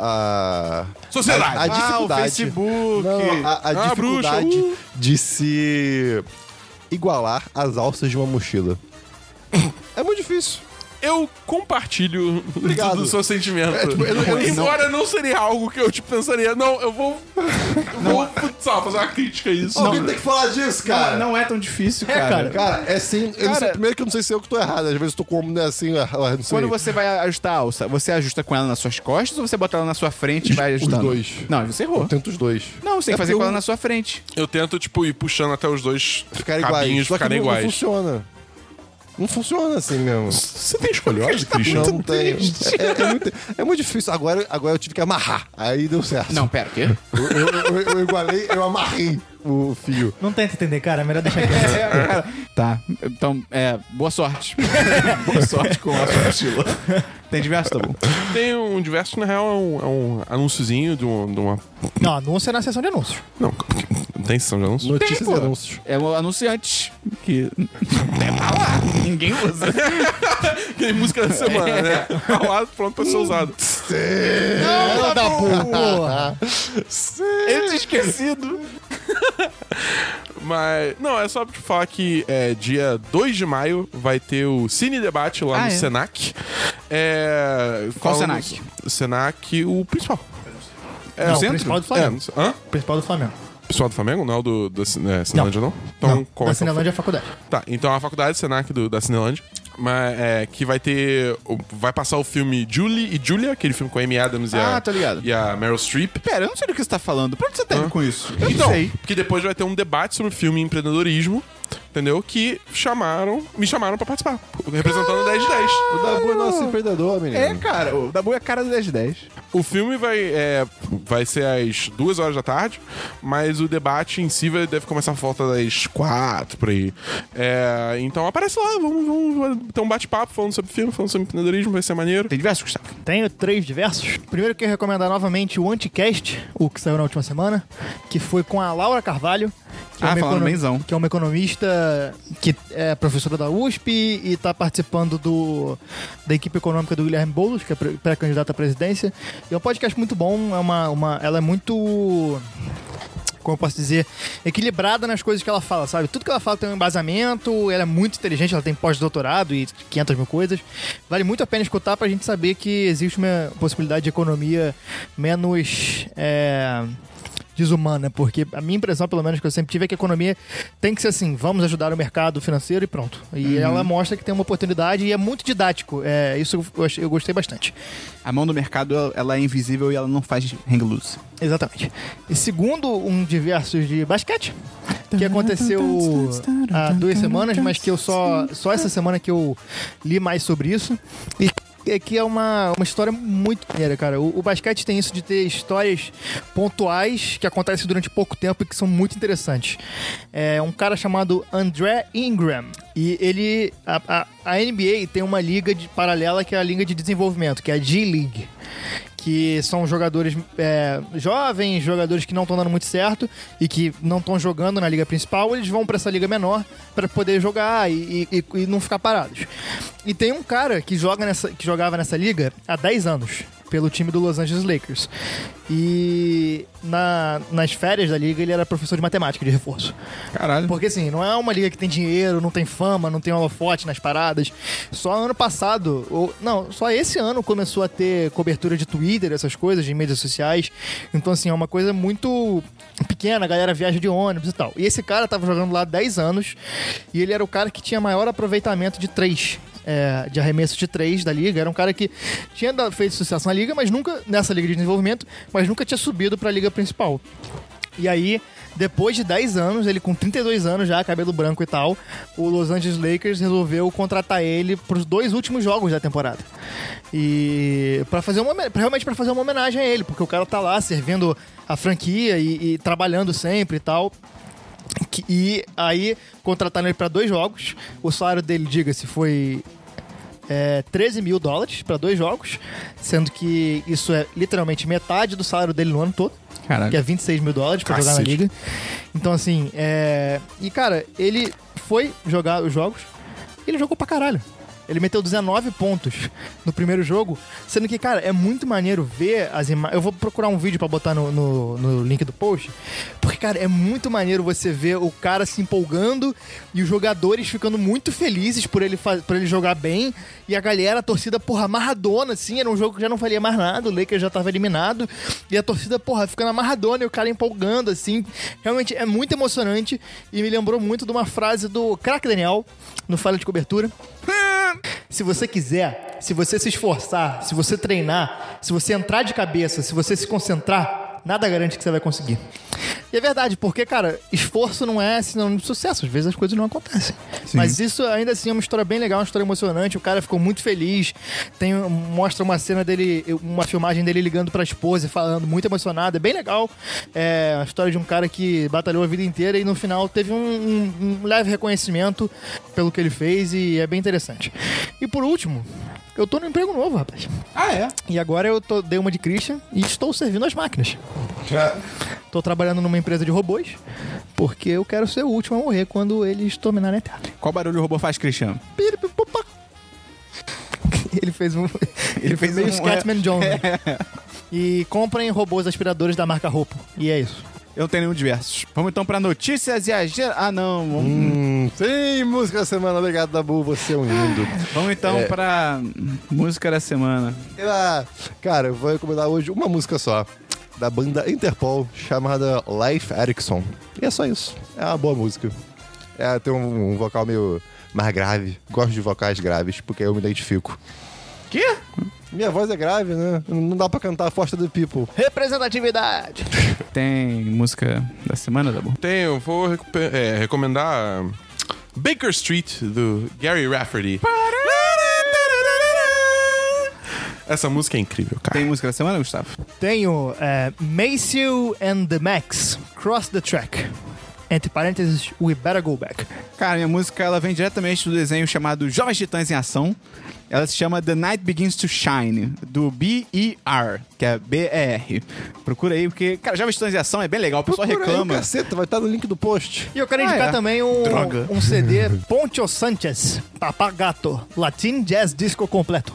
Speaker 2: A, a-
Speaker 4: Sociedade.
Speaker 2: A, a
Speaker 1: Ah, o
Speaker 2: dificuldade.
Speaker 1: Facebook.
Speaker 2: Não, a, a
Speaker 4: Ah,
Speaker 2: dificuldade
Speaker 4: bruxa, uh.
Speaker 2: de se igualar às alças de uma mochila. É muito difícil.
Speaker 4: Eu compartilho
Speaker 2: Obrigado. É, tipo,
Speaker 4: do seu sentimento.
Speaker 2: eu não- eu não-
Speaker 4: Embora não seria algo que eu tipo, pensaria, não, eu vou. Eu vou sei lá, fazer uma crítica a isso.
Speaker 2: Alguém tem que falar disso, cara.
Speaker 1: Não é tão difícil,
Speaker 3: É,
Speaker 1: cara.
Speaker 3: cara.
Speaker 2: Cara, é sim. eu não
Speaker 1: Cara-
Speaker 2: sei- primeiro que eu não sei se eu que tô errado. Às vezes eu tô com o né, assim, ah, ah, não sei.
Speaker 1: Quando você vai ajustar a alça, você ajusta com ela nas suas costas ou você bota ela na sua frente e vai
Speaker 2: Os
Speaker 1: ajustando?
Speaker 2: dois.
Speaker 1: Não, você errou.
Speaker 2: Eu tento os dois.
Speaker 1: Não, você tem
Speaker 2: É
Speaker 1: que fazer com
Speaker 2: porque
Speaker 1: ela
Speaker 2: eu-
Speaker 1: na sua frente.
Speaker 4: Eu tento, tipo, ir puxando até os dois
Speaker 2: Ficarem iguais.
Speaker 4: cabinhos
Speaker 2: Só que
Speaker 4: ficarem
Speaker 2: não, não
Speaker 4: iguais.
Speaker 2: funciona. Não funciona assim mesmo.
Speaker 4: Você tem escolhose, Christian?
Speaker 2: Não tem. É, é muito, é muito difícil. Agora, agora eu tive que amarrar. Aí deu certo.
Speaker 1: Não, pera, o quê?
Speaker 2: Eu, eu- eu- eu igualei, eu amarrei o fio.
Speaker 3: Não tenta entender, cara. É melhor deixar aqui.
Speaker 1: Tá, então, é, boa sorte. boa sorte com a sua mochila. Tem diversos, tá bom.
Speaker 4: Tem um diverso, na real, é um, é um anúnciozinho de uma. de uma-
Speaker 3: Não, anúncio é na sessão de anúncios.
Speaker 4: Não, não tem sessão de anúncio?
Speaker 2: Notícias
Speaker 1: pô.
Speaker 2: e anúncios.
Speaker 1: É o anunciante que... É pra lá, ninguém usa.
Speaker 4: Tem música da semana, né? Ao lado, pronto pra
Speaker 2: Hum.
Speaker 4: ser usado.
Speaker 3: Ela da porra.
Speaker 1: Eu tinha esquecido.
Speaker 4: Mas, não, é só pra te falar que é, dia 2 de maio vai ter o Cine Debate lá
Speaker 1: Ah,
Speaker 4: no
Speaker 1: é?
Speaker 4: Senac. É,
Speaker 1: Qual
Speaker 4: falando-
Speaker 1: Senac?
Speaker 4: Senac, o principal. É,
Speaker 3: Não,
Speaker 4: o
Speaker 3: o
Speaker 1: centro?
Speaker 3: principal do
Speaker 4: É,
Speaker 3: Flamengo.
Speaker 4: hã?
Speaker 3: Principal do Flamengo.
Speaker 4: Pessoal do Flamengo? Não é o do, da Cin- é, Cinelândia, não? Então,
Speaker 3: Não,
Speaker 4: qual é que
Speaker 3: da
Speaker 4: é o
Speaker 3: Cinelândia é a faculdade.
Speaker 4: Tá, então a faculdade Senac do, da Cinelândia, mas, é, que vai ter. o- Vai passar o filme Julie e Julia, aquele filme com a Amy Adams e,
Speaker 1: Ah,
Speaker 4: a,
Speaker 1: tô ligado.
Speaker 4: e a Meryl Streep.
Speaker 1: Pera, eu não sei do que você tá falando. Pra onde você tá indo com isso? Eu
Speaker 4: então,
Speaker 1: não sei.
Speaker 4: que depois vai ter um debate sobre o filme e empreendedorismo, entendeu? Que chamaram, me chamaram pra participar, representando o 10 de 10.
Speaker 2: O Dabu é nosso empreendedor, menino.
Speaker 1: É, cara, o Dabu é a cara do 10 de 10.
Speaker 4: O filme vai, é, vai ser às duas horas da tarde, mas o debate em si vai- deve começar por volta das quatro, por aí. É, então aparece lá, vamos, vamos, vamos ter um bate-papo falando sobre filme, falando sobre empreendedorismo, vai ser maneiro.
Speaker 1: Tem diversos, Gustavo.
Speaker 3: Tenho três diversos. Primeiro quero recomendar novamente o Anticast, o que saiu na última semana, que foi com a Laura Carvalho, que
Speaker 1: Ah,
Speaker 3: é uma
Speaker 1: falando
Speaker 3: econo-
Speaker 1: bemzão.
Speaker 3: Que é uma economista que é professora da USP e está participando do, da equipe econômica do Guilherme Boulos, que é pré- pré-candidata à presidência. E é um podcast muito bom, é uma, uma, ela é muito como eu posso dizer, equilibrada nas coisas que ela fala, sabe? Tudo que ela fala tem um embasamento, ela é muito inteligente, ela tem pós-doutorado e 500 mil coisas. Vale muito a pena escutar pra gente saber que existe uma possibilidade de economia menos. é, desumana, porque a minha impressão, pelo menos, que eu sempre tive é que a economia tem que ser assim, vamos ajudar o mercado financeiro e pronto. E ela mostra que tem uma oportunidade e é muito didático. É, isso eu, achei- eu gostei bastante.
Speaker 1: A mão do mercado, ela- ela é invisível e ela não faz hang loose.
Speaker 3: Exatamente. E segundo um de versos de basquete, que aconteceu há duas semanas, mas que eu só. Só essa semana que eu li mais sobre isso. E é que é uma, uma história muito maneira, cara. O, o basquete tem isso de ter histórias pontuais que acontecem durante pouco tempo e que são muito interessantes. É um cara chamado André Ingram. E ele. A, a, a NBA tem uma liga de, paralela que é a Liga de Desenvolvimento, que é a G-League que são jogadores é, jovens, jogadores que não estão dando muito certo e que não estão jogando na liga principal, eles vão para essa liga menor para poder jogar e, e- e não ficar parados. E tem um cara que joga nessa, que jogava nessa liga há 10 anos pelo time do Los Angeles Lakers. E na- nas férias da liga ele era professor de matemática de reforço.
Speaker 1: Caralho.
Speaker 3: Porque assim, não é uma liga que tem dinheiro, não tem fama, não tem holofote nas paradas. Só ano passado, ou não, só esse ano começou a ter cobertura de Twitter, essas coisas, de mídias sociais. Então, assim, é uma coisa muito pequena, a galera viaja de ônibus e tal. E esse cara tava jogando lá há 10 anos e ele era o cara que tinha maior aproveitamento de três é, de arremesso de três da liga. Era um cara que tinha da- feito sucesso na liga, mas nunca, nessa liga de desenvolvimento, mas nunca tinha subido pra liga principal. E aí, depois de 10 anos, ele com 32 anos já, cabelo branco e tal, o Los Angeles Lakers resolveu contratar ele pros dois últimos jogos da temporada. E para fazer uma homen- pra- realmente para fazer uma homenagem a ele, porque o cara tá lá servindo a franquia e- e trabalhando sempre e tal. Que- e aí contrataram ele para dois jogos. O salário dele, diga-se, foi é, 13 mil dólares para dois jogos, sendo que isso é literalmente metade do salário dele no ano todo.
Speaker 1: Caralho.
Speaker 3: Que é 26 mil dólares pra jogar na
Speaker 4: Cacete.
Speaker 3: liga. Então, assim, é. E, cara, ele foi jogar os jogos e ele jogou pra caralho. Ele meteu 19 pontos no primeiro jogo, sendo que, cara, é muito maneiro ver as imagens. Eu vou procurar um vídeo pra botar no, no, no link do post, porque, cara, é muito maneiro você ver o cara se empolgando e os jogadores ficando muito felizes por ele, fa- por ele jogar bem e a galera, a torcida, porra, amarradona, assim. Era um jogo que já não valia mais nada, o Lakers já tava eliminado e a torcida, porra, ficando amarradona e o cara empolgando, assim. Realmente é muito emocionante e me lembrou muito de uma frase do craque Daniel no Falha de Cobertura. Se você quiser, se você se esforçar, se você treinar, se você entrar de cabeça, se você se concentrar, nada garante que você vai conseguir. E é verdade, porque, cara, esforço não é sinônimo de sucesso. Às vezes as coisas não acontecem. Mas isso ainda assim é uma história bem legal, uma história emocionante. O cara ficou muito feliz. Tem, um, mostra uma cena dele, uma filmagem dele ligando pra esposa e falando, muito emocionado. É bem legal. É a história de um cara que batalhou a vida inteira e no final teve um, um- um leve reconhecimento pelo que ele fez e é bem interessante. E por último, eu tô no emprego novo, rapaz.
Speaker 1: Ah, é?
Speaker 3: E agora eu tô- dei uma de Christian e estou servindo as máquinas. Tô trabalhando numa empresa de robôs, porque eu quero ser o último a morrer quando eles dominarem a Terra.
Speaker 1: Qual barulho o robô faz, Christian?
Speaker 3: Piripipupa. Ele fez um. Ele fez meio
Speaker 1: um-
Speaker 3: Scatman John. né? E comprem robôs aspiradores da marca Roupo. E é isso.
Speaker 1: Eu não tenho nenhum diversos. Vamos então pra notícias e agir. Ah, não. Vamos,
Speaker 2: Hum, tem música da semana. Obrigado, Dabu. Você é um lindo.
Speaker 1: vamos então
Speaker 2: É.
Speaker 1: pra música da semana.
Speaker 2: Ah, Cara, eu vou recomendar hoje uma música só. Da banda Interpol, chamada Life Erickson. E é só isso. É uma boa música. É, tem um, um vocal meio mais grave. Gosto de vocais graves, porque eu me identifico.
Speaker 1: Quê?
Speaker 2: Minha voz é grave, né? Não dá pra cantar Foster the People.
Speaker 3: Representatividade!
Speaker 1: Tem música da semana, Dabu?
Speaker 4: Tem, eu vou recupe- é, recomendar hum, Baker Street, do Gary Rafferty. Essa música é incrível, cara.
Speaker 1: Tem música da semana, Gustavo?
Speaker 3: Tenho é, Maceo and the Max, Cross the Track. entre parênteses, We Better Go Back.
Speaker 1: Cara, minha música ela vem diretamente do desenho chamado Jovens Titãs em Ação. Ela se chama The Night Begins to Shine, do B.E.R., que é B.E.R. Procura aí, porque, cara, Jovens Titãs em Ação é bem legal, o pessoal
Speaker 2: Procura aí,
Speaker 1: reclama.
Speaker 2: caceta, vai estar no link do post.
Speaker 3: E eu quero
Speaker 1: Ah,
Speaker 3: indicar
Speaker 1: é?
Speaker 3: também um,
Speaker 1: Droga.
Speaker 3: um CD Poncho Sanchez, Papagato, Latin Jazz Disco Completo.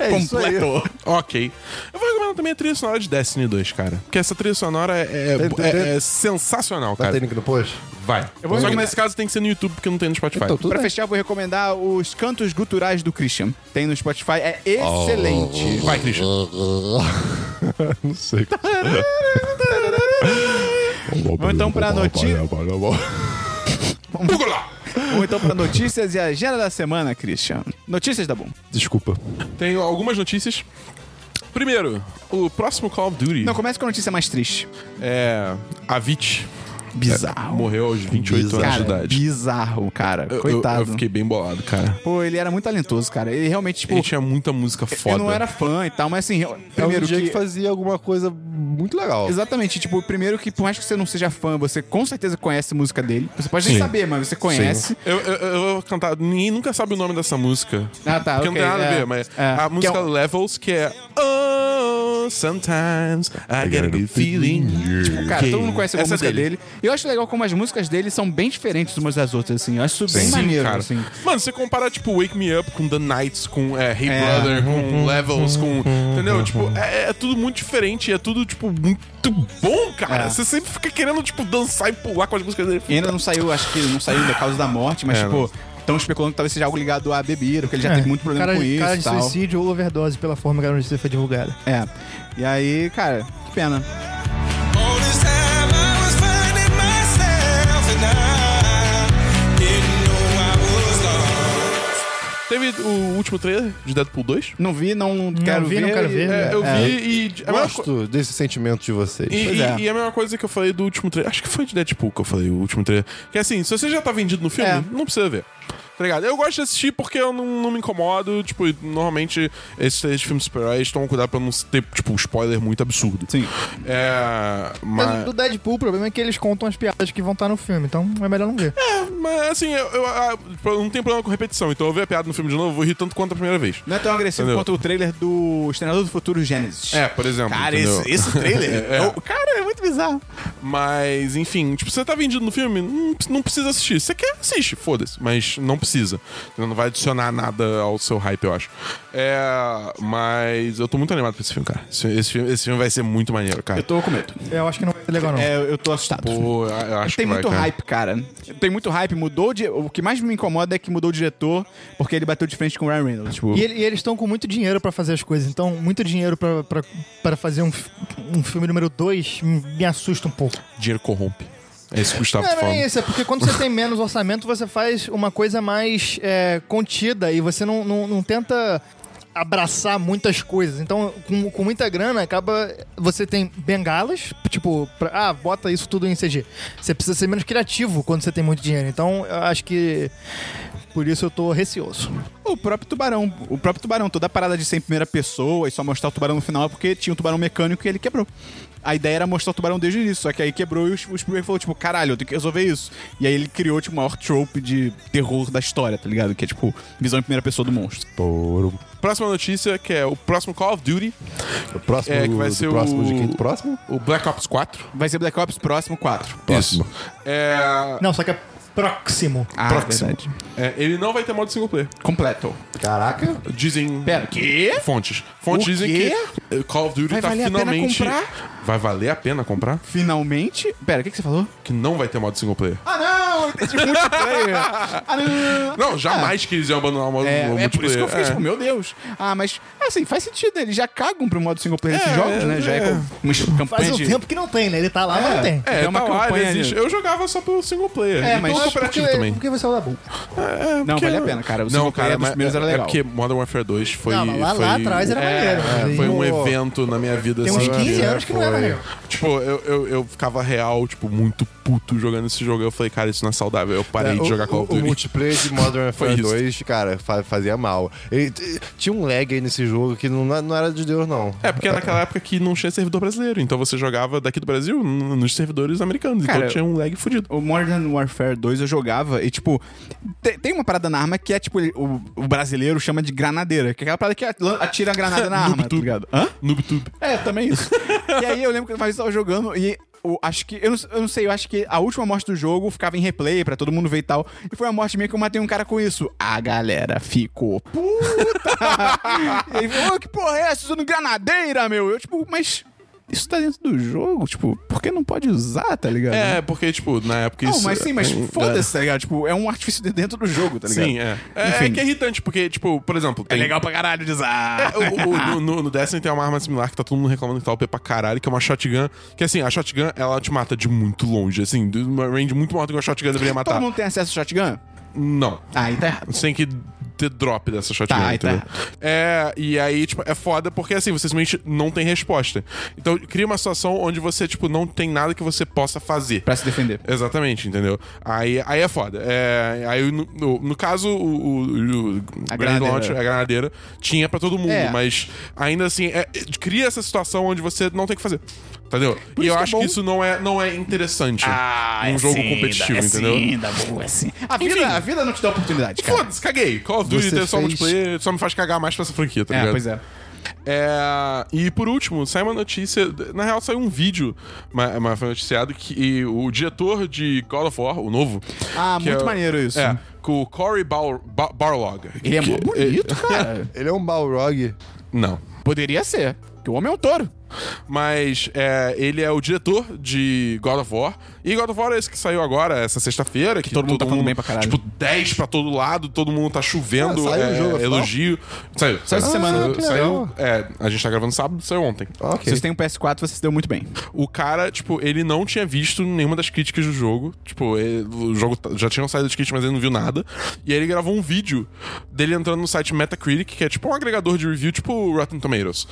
Speaker 2: É isso aí.
Speaker 1: Completo.
Speaker 4: Ok. Eu vou recomendar também a trilha sonora de Destiny 2, cara. Porque essa trilha sonora é, é-
Speaker 2: Tem- tem-
Speaker 4: é-
Speaker 2: tem-
Speaker 4: é sensacional,
Speaker 2: Vai ter
Speaker 4: cara.
Speaker 2: link no post?
Speaker 4: Vai.
Speaker 1: vou
Speaker 4: Só que
Speaker 1: recomendar-
Speaker 4: nesse caso tem que ser no YouTube, porque não tem no Spotify.
Speaker 2: Então, tudo
Speaker 1: Pra
Speaker 2: bem.
Speaker 1: fechar, eu vou recomendar os cantos guturais do Christian. Tem no Spotify, é
Speaker 2: Oh.
Speaker 1: excelente.
Speaker 4: Vai, Christian.
Speaker 2: Não sei.
Speaker 1: Vamos então pra notícia.
Speaker 4: Google lá!
Speaker 1: Ou então pra notícias e a agenda da semana, Christian. Notícias da Bom.
Speaker 2: Desculpa.
Speaker 4: Tenho algumas notícias. Primeiro, o próximo Call of Duty
Speaker 1: Não, começa com a notícia mais triste.
Speaker 4: é. A Vit
Speaker 1: Bizarro.
Speaker 4: É, morreu aos 28 anos
Speaker 1: Cara,
Speaker 4: de idade.
Speaker 1: bizarro, cara.
Speaker 4: Eu- eu-
Speaker 1: Coitado.
Speaker 4: Eu, fiquei bem bolado, cara.
Speaker 1: Pô, ele era muito talentoso, cara. Ele realmente, tipo,
Speaker 4: Ele tinha muita música é foda.
Speaker 1: eu não era fã e tal, mas assim, eu-
Speaker 2: Primeiro
Speaker 1: primeiro
Speaker 2: um dia que...
Speaker 1: que...
Speaker 2: fazia alguma coisa muito legal.
Speaker 1: Exatamente, tipo, primeiro que por mais que você não seja fã, você com certeza conhece a música dele. Você pode nem
Speaker 4: Sim.
Speaker 1: saber, mas você conhece.
Speaker 4: Eu, eu, eu vou cantar. Ninguém nunca sabe o nome dessa música.
Speaker 1: Ah, tá, ok,
Speaker 4: Porque não tem nada a
Speaker 1: é,
Speaker 4: ver, mas.
Speaker 1: é.
Speaker 4: a música
Speaker 1: Que é um-
Speaker 4: Levels, que é. Oh, sometimes I get a good feeling. Tipo,
Speaker 1: Cara, todo mundo conhece alguma música dele. E eu acho legal como as músicas dele são bem diferentes umas das outras, assim. Eu acho isso bem
Speaker 4: Sim,
Speaker 1: maneiro,
Speaker 4: cara.
Speaker 1: assim.
Speaker 4: Mano, você compara, tipo, Wake Me Up com The Nights, com é, Hey Brother, com Levels, com. Entendeu? Tipo, é, é tudo muito diferente, é tudo, tipo, muito bom, cara.
Speaker 1: É.
Speaker 4: Você sempre fica querendo, tipo, dançar e pular com as músicas dele.
Speaker 1: E ainda não saiu, acho que não saiu da causa da morte, mas,
Speaker 4: É,
Speaker 1: tipo, estão especulando que talvez seja algo ligado à bebida, porque ele já teve muito problema
Speaker 3: É, cara,
Speaker 1: com isso
Speaker 3: Cara
Speaker 1: e
Speaker 3: de
Speaker 1: tal.
Speaker 3: suicídio ou overdose pela forma que a notícia foi divulgada.
Speaker 1: É. E aí, cara, que pena.
Speaker 5: All this time I was finding myself and I didn't know I was lost.
Speaker 4: Teve o último trailer de Deadpool 2.
Speaker 1: Não vi, não, quero
Speaker 3: vi,
Speaker 1: ver.
Speaker 3: não quero
Speaker 1: e-
Speaker 3: ver.
Speaker 4: É, eu vi
Speaker 1: É.
Speaker 4: e. a mesma co-
Speaker 2: Gosto desse sentimento de vocês.
Speaker 4: E,
Speaker 1: Pois
Speaker 4: e-
Speaker 1: é.
Speaker 4: e a mesma coisa que eu falei do último trailer. Acho que foi de Deadpool que eu falei o último trailer. Que assim, se você já tá vendido no filme,
Speaker 1: É.
Speaker 4: não precisa ver. Tá ligado? Eu gosto de assistir porque eu não, não me incomodo. Tipo, e normalmente esses trailers de filmes super-heróis tomam cuidado pra não ter, tipo, um spoiler muito absurdo.
Speaker 1: Sim.
Speaker 4: É.
Speaker 3: Mas...
Speaker 4: Mas.
Speaker 3: Do Deadpool, o problema é que eles contam as piadas que vão estar no filme, então é melhor não ver.
Speaker 4: Mas assim, eu, eu- ah, tipo, eu não tenho problema com repetição. Então eu ver a piada no filme de novo, eu vou rir tanto quanto a primeira vez.
Speaker 1: Não é tão agressivo
Speaker 4: Entendeu?
Speaker 1: quanto o trailer do Estrenador do Futuro Gênesis.
Speaker 4: É, por exemplo.
Speaker 1: Cara,
Speaker 4: entendeu?
Speaker 1: esse, esse trailer.
Speaker 4: É.
Speaker 1: eu- cara, é muito bizarro.
Speaker 4: Mas, enfim, tipo, você tá vendido no filme, não, pre- não precisa assistir. Você quer, assiste, foda-se, mas não precisa. Não vai adicionar nada ao seu hype, eu acho. É. Mas eu tô muito animado pra esse filme, cara. Esse, esse filme, esse filme vai ser muito maneiro, cara.
Speaker 1: Eu tô com medo.
Speaker 3: Eu acho que não vai ser legal, não.
Speaker 1: É, eu tô assustado.
Speaker 4: Pô, eu- eu acho
Speaker 1: Tem
Speaker 4: que vai,
Speaker 1: muito
Speaker 4: cara.
Speaker 1: hype, cara. Tem muito hype. Mudou de. O que mais me incomoda é que mudou o diretor, porque ele bateu de frente com o Ryan Reynolds. Tipo,
Speaker 3: E, ele- e eles estão com muito dinheiro pra fazer as coisas, então muito dinheiro pra- pra pra fazer um, fi- um filme número 2 me assusta um pouco.
Speaker 4: Dinheiro corrompe. É isso que o Gustavo
Speaker 3: Não,
Speaker 4: tá
Speaker 3: não
Speaker 4: falando.
Speaker 3: é isso, é porque quando você tem menos orçamento, você faz uma coisa mais é, contida e você não, não, não tenta abraçar muitas coisas. Então, com, com muita grana, acaba. Você tem bengalas, tipo, pra- ah, bota isso tudo em CG. Você precisa ser menos criativo quando você tem muito dinheiro. Então, eu acho que. Por isso eu tô receoso.
Speaker 1: O próprio tubarão. O próprio tubarão. Toda a parada de ser em primeira pessoa e só mostrar o tubarão no final é porque tinha um tubarão mecânico e ele quebrou. A ideia era mostrar o tubarão desde o início, só que aí quebrou e os Spielberg falou, tipo, caralho, eu tenho que resolver isso. E aí ele criou, tipo, o maior trope de terror da história, tá ligado? Que é, tipo, visão em primeira pessoa do monstro.
Speaker 4: Próxima notícia, que é o próximo Call of Duty,
Speaker 2: O próximo,
Speaker 4: É, que vai
Speaker 2: do
Speaker 4: ser
Speaker 2: próximo de
Speaker 4: o-
Speaker 2: quem? Do próximo?
Speaker 4: o Black Ops 4.
Speaker 1: Vai ser Black Ops próximo 4.
Speaker 4: Próximo. É,
Speaker 3: Não, só que é próximo.
Speaker 1: Ah,
Speaker 4: Próximo.
Speaker 1: verdade.
Speaker 4: é, ele não vai ter modo single player.
Speaker 1: Completo.
Speaker 2: Caraca.
Speaker 4: Dizem.
Speaker 1: Pera, quê?
Speaker 4: Fontes. Fontes
Speaker 1: O
Speaker 4: dizem
Speaker 1: quê?
Speaker 4: que Call of Duty
Speaker 1: Vai
Speaker 4: tá
Speaker 1: valer a pena
Speaker 4: finalmente.
Speaker 1: comprar?
Speaker 4: Vai valer a pena comprar?
Speaker 1: Finalmente... Pera, o que, que você falou?
Speaker 4: Que não vai ter modo single player.
Speaker 1: Ah, não! Tem de multiplayer. ah, não!
Speaker 4: não, jamais que eles iam abandonar o modo
Speaker 1: É,
Speaker 4: o
Speaker 1: é
Speaker 4: multiplayer.
Speaker 1: por isso que eu fiquei
Speaker 4: É.
Speaker 1: tipo, meu Deus. Ah, mas, assim, faz sentido. Eles já cagam pro modo single player desses
Speaker 4: É,
Speaker 1: jogos,
Speaker 4: é,
Speaker 1: né? Já é,
Speaker 4: é.
Speaker 1: com- uma campanha
Speaker 3: Faz um
Speaker 1: de...
Speaker 3: tempo que não tem, né? Ele tá lá, mas não tem.
Speaker 4: É,
Speaker 1: É uma
Speaker 4: tá lá, ele
Speaker 1: campanha,
Speaker 4: existe.
Speaker 1: né?
Speaker 4: Eu jogava só pelo single player. Então
Speaker 1: É,
Speaker 4: e
Speaker 1: mas
Speaker 4: pelo
Speaker 1: acho
Speaker 4: cooperativo também.
Speaker 3: Por que você é o Dabu?
Speaker 1: Não, vale a pena, cara. O single player dos primeiros
Speaker 4: é,
Speaker 1: era
Speaker 4: é
Speaker 1: legal.
Speaker 4: porque Modern Warfare 2 foi...
Speaker 3: Não, mas lá- lá
Speaker 4: foi-
Speaker 3: atrás era
Speaker 4: é,
Speaker 3: maneiro.
Speaker 4: Foi um
Speaker 2: Pô.
Speaker 4: evento na minha vida,
Speaker 3: Tem uns
Speaker 4: assim,
Speaker 3: 15
Speaker 4: que-
Speaker 1: é
Speaker 3: anos que não era maneiro.
Speaker 4: Tipo, eu, eu, eu ficava real, tipo, muito puto jogando esse jogo. Eu falei, cara, isso não é saudável. Eu parei
Speaker 2: É,
Speaker 4: de
Speaker 2: o-
Speaker 4: jogar Call
Speaker 2: o,
Speaker 4: of
Speaker 2: o
Speaker 4: Duty.
Speaker 2: multiplayer de Modern
Speaker 4: Foi
Speaker 2: Warfare
Speaker 4: isso.
Speaker 2: 2, cara, fa- fazia mal. Ele t- tinha um lag aí nesse jogo que não, não era de Deus, não.
Speaker 4: É, porque era naquela época que não tinha servidor brasileiro. Então você jogava daqui do Brasil n- nos servidores americanos.
Speaker 1: Cara,
Speaker 4: então tinha um lag fudido.
Speaker 1: O Modern Warfare 2 eu jogava e, tipo, te- tem uma parada na arma que é, tipo, ele- o, o brasileiro chama de granadeira. Que é aquela parada que atira atira a granada na arma, tá
Speaker 4: Noob-tube.
Speaker 1: ligado? Hã?
Speaker 4: Noobtube.
Speaker 1: É, também isso. e aí eu lembro que uma vez eu tava jogando e o- acho que. Eu não, eu não sei, eu acho que a última morte do jogo ficava em replay pra todo mundo ver e tal. E foi uma morte minha que eu matei um cara com isso. A galera ficou puta! e aí falou, "Ô, que porra é essa? Usando granadeira, meu? Eu, tipo, mas. Isso tá dentro do jogo? Tipo, por que não pode usar, tá ligado?
Speaker 4: É, porque, tipo, na época
Speaker 1: Não,
Speaker 4: isso. é
Speaker 1: mas sim, mas foda-se, tá ligado? Tipo, é um artifício de dentro do jogo, tá ligado?
Speaker 4: Sim, é. É,
Speaker 1: Enfim.
Speaker 4: é que é irritante, porque, tipo, por exemplo.
Speaker 1: É
Speaker 4: Tem...
Speaker 1: legal pra caralho de usar.
Speaker 4: É, o- o- no, no, no Destiny tem uma arma similar que tá todo mundo reclamando que tá OP pra caralho, que é uma shotgun. Que assim, a shotgun, ela te mata de muito longe, assim, de uma range muito maior do que uma shotgun deveria matar.
Speaker 1: Todo mundo tem acesso ao shotgun?
Speaker 4: Não.
Speaker 1: Ah, aí tá errado.
Speaker 4: Você tem que ter drop dessa shotgun,
Speaker 1: Tá, aí tá
Speaker 4: entendeu? É, e aí, tipo, é foda porque assim, você simplesmente não tem resposta. Então cria uma situação onde você, tipo, não tem nada que você possa fazer.
Speaker 1: Pra se defender.
Speaker 4: Exatamente, entendeu? Aí, aí é foda. É, aí no, no- no caso, o, o, o
Speaker 1: A
Speaker 4: Grand
Speaker 1: granadeira.
Speaker 4: Launcher, a granadeira, tinha pra todo mundo,
Speaker 1: É.
Speaker 4: mas ainda assim, é- cria essa situação onde você não tem o que fazer. Entendeu? e
Speaker 1: isso
Speaker 4: eu
Speaker 1: que é
Speaker 4: acho
Speaker 1: bom- Ah,
Speaker 4: que isso não é, não é interessante num
Speaker 1: é
Speaker 4: jogo competitivo, entendeu?
Speaker 1: dá boa, assim. A vida,
Speaker 4: Enfim.
Speaker 1: a vida não te dá oportunidade, cara. É,
Speaker 4: Foda-se, caguei. Call of Duty
Speaker 1: Você
Speaker 4: ter só
Speaker 1: fez-
Speaker 4: multiplayer só me faz cagar mais pra essa franquia, tá
Speaker 1: É,
Speaker 4: ligado?
Speaker 1: pois é.
Speaker 4: É, e por último, saiu uma notícia. Na real, saiu um vídeo, mas mas foi noticiado que o diretor de God of War, o novo.
Speaker 1: Ah,
Speaker 4: que
Speaker 1: muito maneiro isso.
Speaker 4: É, com o Cory Bar Bar- Barlog.
Speaker 1: Ele é
Speaker 4: Que-
Speaker 1: mó bonito, cara.
Speaker 2: Ele é um Balrog.
Speaker 4: Não.
Speaker 1: Poderia ser. Porque o homem é um touro.
Speaker 4: Mas é, ele é o diretor de God of War. E God of War é esse que saiu agora, essa sexta-feira. Que,
Speaker 1: todo mundo tá falando bem pra caralho.
Speaker 4: Tipo, 10 pra todo lado, todo mundo tá chovendo.
Speaker 2: Ah, saiu o
Speaker 4: é,
Speaker 2: jogo, afinal?
Speaker 4: elogio. Saiu.
Speaker 1: Só essa semana.
Speaker 2: que
Speaker 4: Saiu.
Speaker 2: legal.
Speaker 4: É, a gente tá gravando sábado, saiu ontem.
Speaker 1: Se
Speaker 2: Ok.
Speaker 1: vocês têm um PS4, vocês se deu muito bem.
Speaker 4: O cara, tipo, ele não tinha visto nenhuma das críticas do jogo. Tipo, ele- o jogo tá- já tinha saído as críticas, mas ele não viu nada. E aí ele gravou um vídeo dele entrando no site Metacritic, que é tipo um agregador de review, tipo Rotten Tomatoes.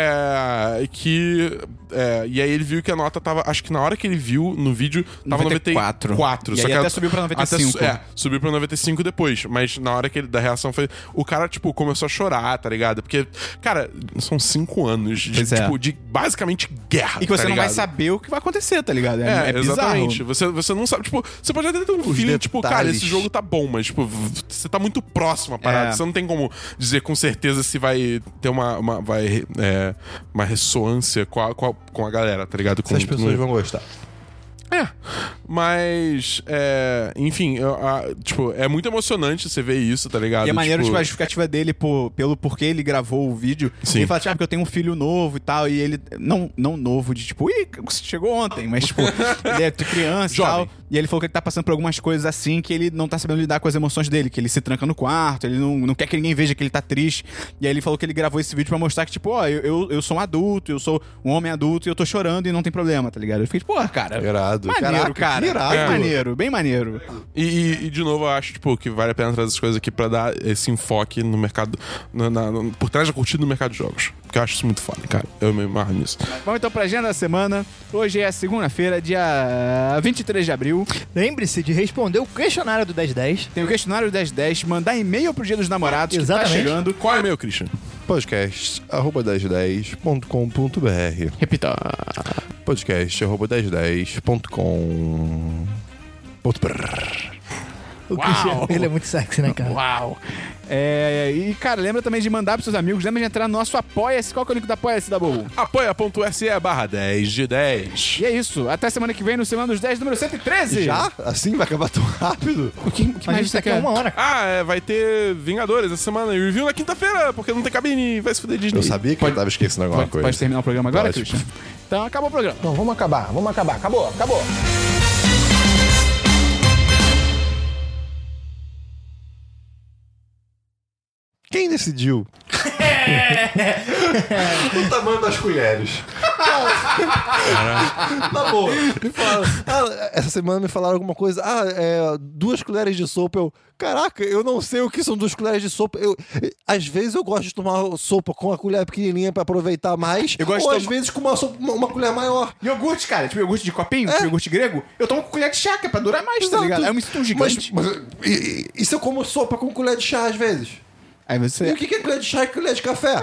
Speaker 4: É. Que. é, e aí ele viu que a nota tava. Acho que na hora que ele viu no vídeo, tava
Speaker 1: 94.
Speaker 4: 94.
Speaker 1: E aí
Speaker 4: que
Speaker 1: até
Speaker 4: a-
Speaker 1: subiu pra 95.
Speaker 4: su- é, subiu pra 95 depois. Mas na hora que ele, da reação foi. O cara, tipo, começou a chorar, tá ligado? Porque, cara, são cinco anos de,
Speaker 1: Pois é.
Speaker 4: tipo, de basicamente guerra.
Speaker 1: E que você
Speaker 4: tá
Speaker 1: não vai
Speaker 4: ligado?
Speaker 1: saber o que vai acontecer, tá ligado? É, é bizarro.
Speaker 4: exatamente. Você, você não sabe, tipo, você pode até ter um
Speaker 2: Os
Speaker 4: feeling, tipo, cara,
Speaker 2: detalhes.
Speaker 4: esse jogo tá bom, mas, tipo, v- você tá muito próximo à parada.
Speaker 1: É.
Speaker 4: Você não tem como dizer com certeza se vai ter uma, uma, vai, é, uma ressonância com a, com, a, com a galera, tá ligado? Com,
Speaker 2: Essas pessoas
Speaker 4: com-
Speaker 2: vão gostar.
Speaker 4: É. Mas, é, enfim, eu- a- tipo, é muito emocionante você ver isso, tá ligado?
Speaker 1: E é maneiro, tipo,
Speaker 4: Tipo,
Speaker 1: a justificativa dele por- pelo porquê ele gravou o vídeo.
Speaker 4: Sim.
Speaker 1: Ele fala, tipo, ah, porque eu tenho um filho novo e tal. E ele, não, não novo, de tipo, ih, chegou ontem, mas, tipo, ele é criança e
Speaker 4: Jovem.
Speaker 1: tal. E ele falou que ele tá passando por algumas coisas assim que ele não tá sabendo lidar com as emoções dele, que ele se tranca no quarto, ele não, não quer que ninguém veja que ele tá triste. E aí ele falou que ele gravou esse vídeo pra mostrar que, tipo, ó, eu, eu, eu sou um adulto, eu sou um homem adulto e eu tô chorando e não tem problema, tá ligado? Eu fiquei, tipo, porra,
Speaker 2: É
Speaker 1: cara.
Speaker 2: Irado.
Speaker 1: Maneiro,
Speaker 2: Caraca,
Speaker 1: cara.
Speaker 2: que irado.
Speaker 1: Bem maneiro, bem maneiro.
Speaker 4: E, e- e, de novo, eu acho tipo, que vale a pena trazer essas coisas aqui pra dar esse enfoque no mercado. na- na- na- por trás da curtida no mercado de jogos. Porque eu acho isso muito foda, cara. Eu me amarro nisso.
Speaker 1: Vamos então pra agenda da semana. Hoje é segunda-feira, dia ah, 23 de abril.
Speaker 3: Lembre-se de responder o questionário do 1010.
Speaker 1: Tem o questionário 1010, mandar e-mail pro Dia dos Namorados que tá
Speaker 3: Exatamente.
Speaker 1: chegando.
Speaker 4: Qual é o meu, Christian?
Speaker 2: Podcast arroba 1010.com.br
Speaker 1: Repita.
Speaker 2: Podcast arroba 1010.com
Speaker 3: O Christian, ele é muito sexy, né, cara?
Speaker 1: Uau. É, e, cara, lembra também de mandar pros seus amigos. Lembra de entrar no nosso Apoia-se. Qual que é o link do Apoia-se, Dabu?
Speaker 4: Apoia.se barra 10 de 10.
Speaker 1: E é isso. Até semana que vem, no Semana dos 10, número 113.
Speaker 2: Já? Assim? Vai acabar tão rápido?
Speaker 1: O que, que
Speaker 3: A
Speaker 1: mais
Speaker 3: gente
Speaker 1: você
Speaker 3: tá aqui há
Speaker 1: quer?
Speaker 3: uma hora.
Speaker 4: Ah, é, vai ter Vingadores essa semana. E review na quinta-feira, porque não tem cabine. Vai se fuder Disney.
Speaker 2: Eu sabia que eu tava esquecendo alguma
Speaker 1: Pode,
Speaker 2: coisa.
Speaker 1: pode terminar o programa agora,
Speaker 2: Pode.
Speaker 1: Christian? Então, acabou o programa.
Speaker 7: Não, vamos acabar, vamos acabar. Acabou, acabou.
Speaker 2: Quem decidiu? o tamanho das colheres. Na boa. Me fala. Ah, essa semana me falaram alguma coisa. Ah, é, duas colheres de sopa. Eu, caraca, eu não sei o que são duas colheres de sopa. Eu, às vezes eu gosto de tomar sopa com a colher pequenininha pra aproveitar mais.
Speaker 1: Eu gosto
Speaker 2: ou
Speaker 1: de
Speaker 2: às
Speaker 1: tomar-
Speaker 2: vezes com uma, sopa- uma- uma colher maior.
Speaker 1: Iogurte, cara, tipo iogurte de copinho, tipo iogurte grego, eu tomo com colher de chá, que é pra durar mais, tá
Speaker 2: Exato.
Speaker 1: ligado? Aí eu me sinto um gigante.
Speaker 2: Mas, mas, e, e- e se eu como sopa com colher de chá às vezes?
Speaker 1: Aí
Speaker 2: E
Speaker 1: você.
Speaker 2: o que que é colher de chá e colher de café?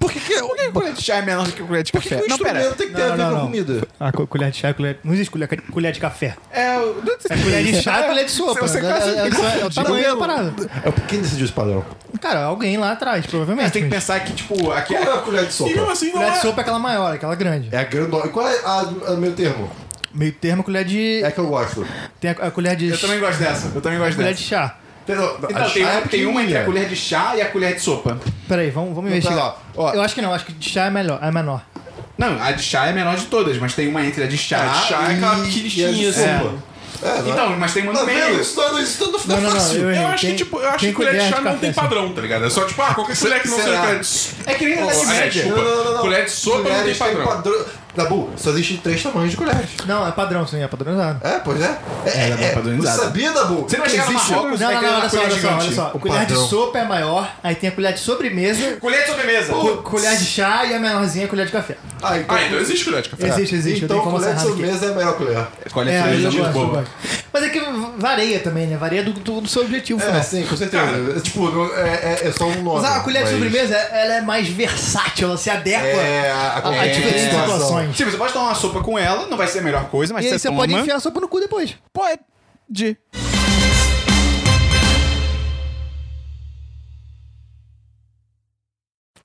Speaker 2: Por que, que, é- por
Speaker 1: colher de chá é menor do que colher de
Speaker 2: que que
Speaker 1: café?
Speaker 2: o
Speaker 1: não,
Speaker 2: instrumento
Speaker 1: pera.
Speaker 2: tem que ter
Speaker 3: Não,
Speaker 2: a ver
Speaker 3: não,
Speaker 2: com a
Speaker 3: não.
Speaker 2: comida?
Speaker 3: Ah, co- colher de chá, colher... Não existe colher, colher de café.
Speaker 1: É, eu não sei.
Speaker 3: É colher de chá, colher de sopa.
Speaker 1: Você
Speaker 3: É-
Speaker 1: quase- Tipo,
Speaker 3: é- é- é- é o tamanho da parada.
Speaker 2: É o- Quem decidiu esse padrão?
Speaker 3: Cara, alguém lá atrás, provavelmente.
Speaker 1: Mas tem que
Speaker 3: mas
Speaker 1: pensar que, tipo, aqui
Speaker 2: Qual é a colher de
Speaker 4: E mesmo
Speaker 2: sopa?
Speaker 4: assim, não
Speaker 3: Colher de
Speaker 4: é...
Speaker 3: sopa é aquela maior, aquela grande.
Speaker 2: É a grandona. Qual é a, a meio termo?
Speaker 3: Meio termo, colher de...
Speaker 2: É a que eu gosto.
Speaker 3: Tem a, a colher de...
Speaker 1: Eu também gosto dessa. Eu também gosto
Speaker 3: colher
Speaker 1: dessa.
Speaker 3: de chá.
Speaker 1: Então,
Speaker 2: a
Speaker 1: tem,
Speaker 2: chá é
Speaker 1: uma, tem uma entre a
Speaker 2: pequenininha.
Speaker 1: colher de chá e a colher de sopa.
Speaker 3: Peraí, vamos, vamos investigar.
Speaker 2: tá, ó, ó.
Speaker 3: Eu acho que não, acho que de chá é melhor, é menor.
Speaker 1: Não, a de chá é a menor de todas, mas tem uma entre a de chá.
Speaker 4: A de chá é aquela
Speaker 2: e a
Speaker 4: pequenininha,
Speaker 2: de
Speaker 4: assim.
Speaker 2: sopa. É, não é?
Speaker 1: Então, mas tem uma no
Speaker 2: Tá vendo?
Speaker 1: meio.
Speaker 2: Isso não, isso não,
Speaker 3: Não, não, não,
Speaker 2: fácil.
Speaker 3: eu errei.
Speaker 4: Eu acho
Speaker 3: Tem-
Speaker 4: que, tipo, eu acho
Speaker 3: tem
Speaker 4: que colher de chá não
Speaker 3: café,
Speaker 4: tem
Speaker 3: assim.
Speaker 4: padrão, tá ligado? É só, tipo, ah, qualquer colher que não seja
Speaker 2: Será?
Speaker 4: colher de...
Speaker 1: É que nem na
Speaker 4: Oh,
Speaker 1: Idade
Speaker 4: é,
Speaker 1: Média.
Speaker 4: desculpa. Colher de sopa não tem
Speaker 2: Colheres têm
Speaker 4: padrão.
Speaker 2: Dabu, só existem três tamanhos de colheres.
Speaker 3: Não, é padrão, sim, é padronizado.
Speaker 2: É, pois é.
Speaker 1: É, é padronizado.
Speaker 2: Você sabia, Dabu?
Speaker 1: Você não vai chegar no
Speaker 2: Existe-
Speaker 1: Marrocos e
Speaker 3: Não,
Speaker 1: vai
Speaker 3: não, não,
Speaker 1: querer
Speaker 3: olha
Speaker 1: uma
Speaker 3: só,
Speaker 1: colher
Speaker 3: olha só, olha
Speaker 1: gigante.
Speaker 3: só.
Speaker 2: Um
Speaker 3: colher
Speaker 2: padrão.
Speaker 3: de sopa é maior, aí tem a colher de sobremesa,
Speaker 1: Colher de sobremesa.
Speaker 3: co- colher de chá e a menorzinha é colher de café.
Speaker 2: Ah, então,
Speaker 4: Ah, então existe colher de café.
Speaker 3: Existe, existe, eu
Speaker 2: então
Speaker 3: tenho informação
Speaker 2: colher de
Speaker 3: errada aqui.
Speaker 2: sobremesa é a melhor colher.
Speaker 1: Colher
Speaker 3: É,
Speaker 1: de
Speaker 3: eu
Speaker 4: né?
Speaker 1: sobremesa de
Speaker 3: gosto, eu
Speaker 1: Lisboa.
Speaker 3: gosto. Mas é que varia também, né? Varia do, do- do seu objetivo
Speaker 2: É,
Speaker 3: final.
Speaker 2: sim, com certeza. É, tipo, não- é, é- é só um nome.
Speaker 3: Mas a colher de
Speaker 2: mas-
Speaker 3: sobremesa, ela é mais versátil, ela se adequa
Speaker 2: É, a- a
Speaker 3: a, a
Speaker 2: qualquer
Speaker 3: diferentes
Speaker 2: situação.
Speaker 3: situações.
Speaker 1: Tipo, você pode tomar uma sopa com ela, não vai ser a melhor coisa, mas
Speaker 3: E aí
Speaker 1: você,
Speaker 3: você
Speaker 1: toma.
Speaker 3: pode enfiar a sopa no cu depois.
Speaker 1: Pode.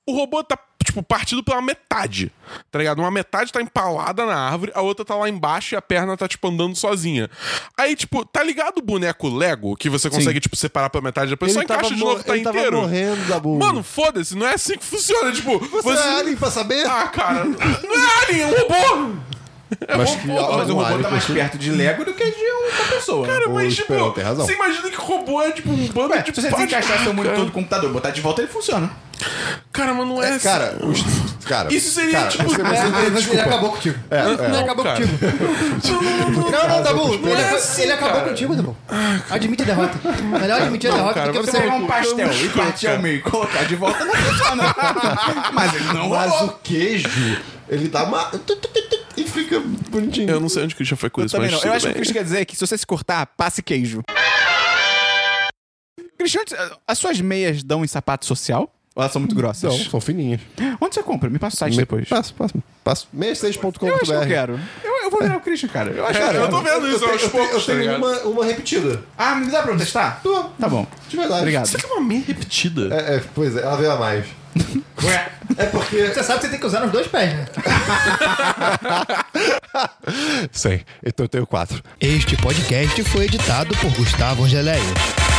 Speaker 4: O robô tá, tipo, partido pela metade. Tá ligado? Uma metade tá empalada na árvore, a outra tá lá embaixo e a perna tá, tipo, andando sozinha. Aí, tipo, tá ligado o boneco Lego que você consegue, tipo, separar pela metade depois?
Speaker 2: Ele
Speaker 4: só encaixa
Speaker 2: tava
Speaker 4: de
Speaker 2: mo-
Speaker 4: novo e tá
Speaker 2: ele tava
Speaker 4: inteiro.
Speaker 2: morrendo, Dabu.
Speaker 4: Mano, foda-se, não é assim que funciona. Tipo,
Speaker 2: Você é alien pra saber?
Speaker 4: Ah, cara, não é alien, é um robô! É um
Speaker 2: Mas que-
Speaker 4: robô.
Speaker 1: Mas o
Speaker 2: Um
Speaker 1: robô
Speaker 2: alien
Speaker 1: tá mais
Speaker 2: possui-
Speaker 1: perto de Lego do que de outra pessoa.
Speaker 4: Cara,
Speaker 2: Ô,
Speaker 4: mas, tipo,
Speaker 2: Esperão, tem razão.
Speaker 4: você imagina que robô é, tipo, um bando
Speaker 1: Ué,
Speaker 4: de
Speaker 1: se você
Speaker 4: pá de
Speaker 1: desencaixar seu
Speaker 4: vaca.
Speaker 1: monitor do computador, botar de volta, ele funciona.
Speaker 4: Cara, mas não é, assim.
Speaker 2: Cara, os- cara,
Speaker 4: Isso seria,
Speaker 2: cara,
Speaker 4: tipo,
Speaker 2: você-
Speaker 3: É,
Speaker 2: você-
Speaker 3: ele acabou contigo. ele
Speaker 4: não,
Speaker 3: acabou
Speaker 4: cara.
Speaker 3: contigo.
Speaker 4: Não, não, não, não.
Speaker 3: É, Não, não, Dabu. Ele,
Speaker 4: é assim,
Speaker 3: ele acabou
Speaker 4: cara.
Speaker 3: contigo, Dabu. Admite a derrota. Melhor admitir a derrota
Speaker 4: cara,
Speaker 3: do que
Speaker 4: você
Speaker 3: você.
Speaker 1: Você pegar
Speaker 4: eu-
Speaker 1: um pastel
Speaker 4: eu-
Speaker 1: e partir ao meio e colocar de volta, não funciona. Mas ele não
Speaker 2: Mas
Speaker 1: rolou.
Speaker 2: o queijo, ele dá uma... E fica bonitinho.
Speaker 4: Eu não sei onde o Christian foi com
Speaker 1: Eu
Speaker 4: isso,
Speaker 1: também
Speaker 4: mas.
Speaker 1: não. Eu
Speaker 4: tudo
Speaker 1: acho que o
Speaker 4: bem.
Speaker 1: Christian quer dizer é que se você se cortar, passe queijo. Cristian, as suas meias dão em sapato social? Ou elas são muito grossas?
Speaker 2: Não, são fininhas.
Speaker 1: Onde você compra? Me passa o site depois.
Speaker 2: Passo, passo. Passo. Meias6.com.br.
Speaker 1: Eu acho que eu quero. Eu, eu vou virar o Christian, cara. Eu acho
Speaker 4: É,
Speaker 1: que eu
Speaker 4: eu tô
Speaker 1: quero.
Speaker 4: vendo isso aos
Speaker 2: eu tenho,
Speaker 4: poucos,
Speaker 2: eu
Speaker 4: tá
Speaker 2: tenho
Speaker 4: ligado?
Speaker 2: uma, uma repetida.
Speaker 1: Ah, me dá pra eu testar?
Speaker 2: Tô,
Speaker 1: Tá bom.
Speaker 2: de verdade.
Speaker 1: Obrigado.
Speaker 4: Será que é uma meia repetida?
Speaker 2: É, é, pois é, ela veio a mais.
Speaker 1: Ué,
Speaker 2: É porque.
Speaker 3: Você sabe que você tem que usar nos dois pés, né?
Speaker 2: Sei, então eu tenho quatro.
Speaker 6: Este podcast foi editado por Gustavo Angeléia.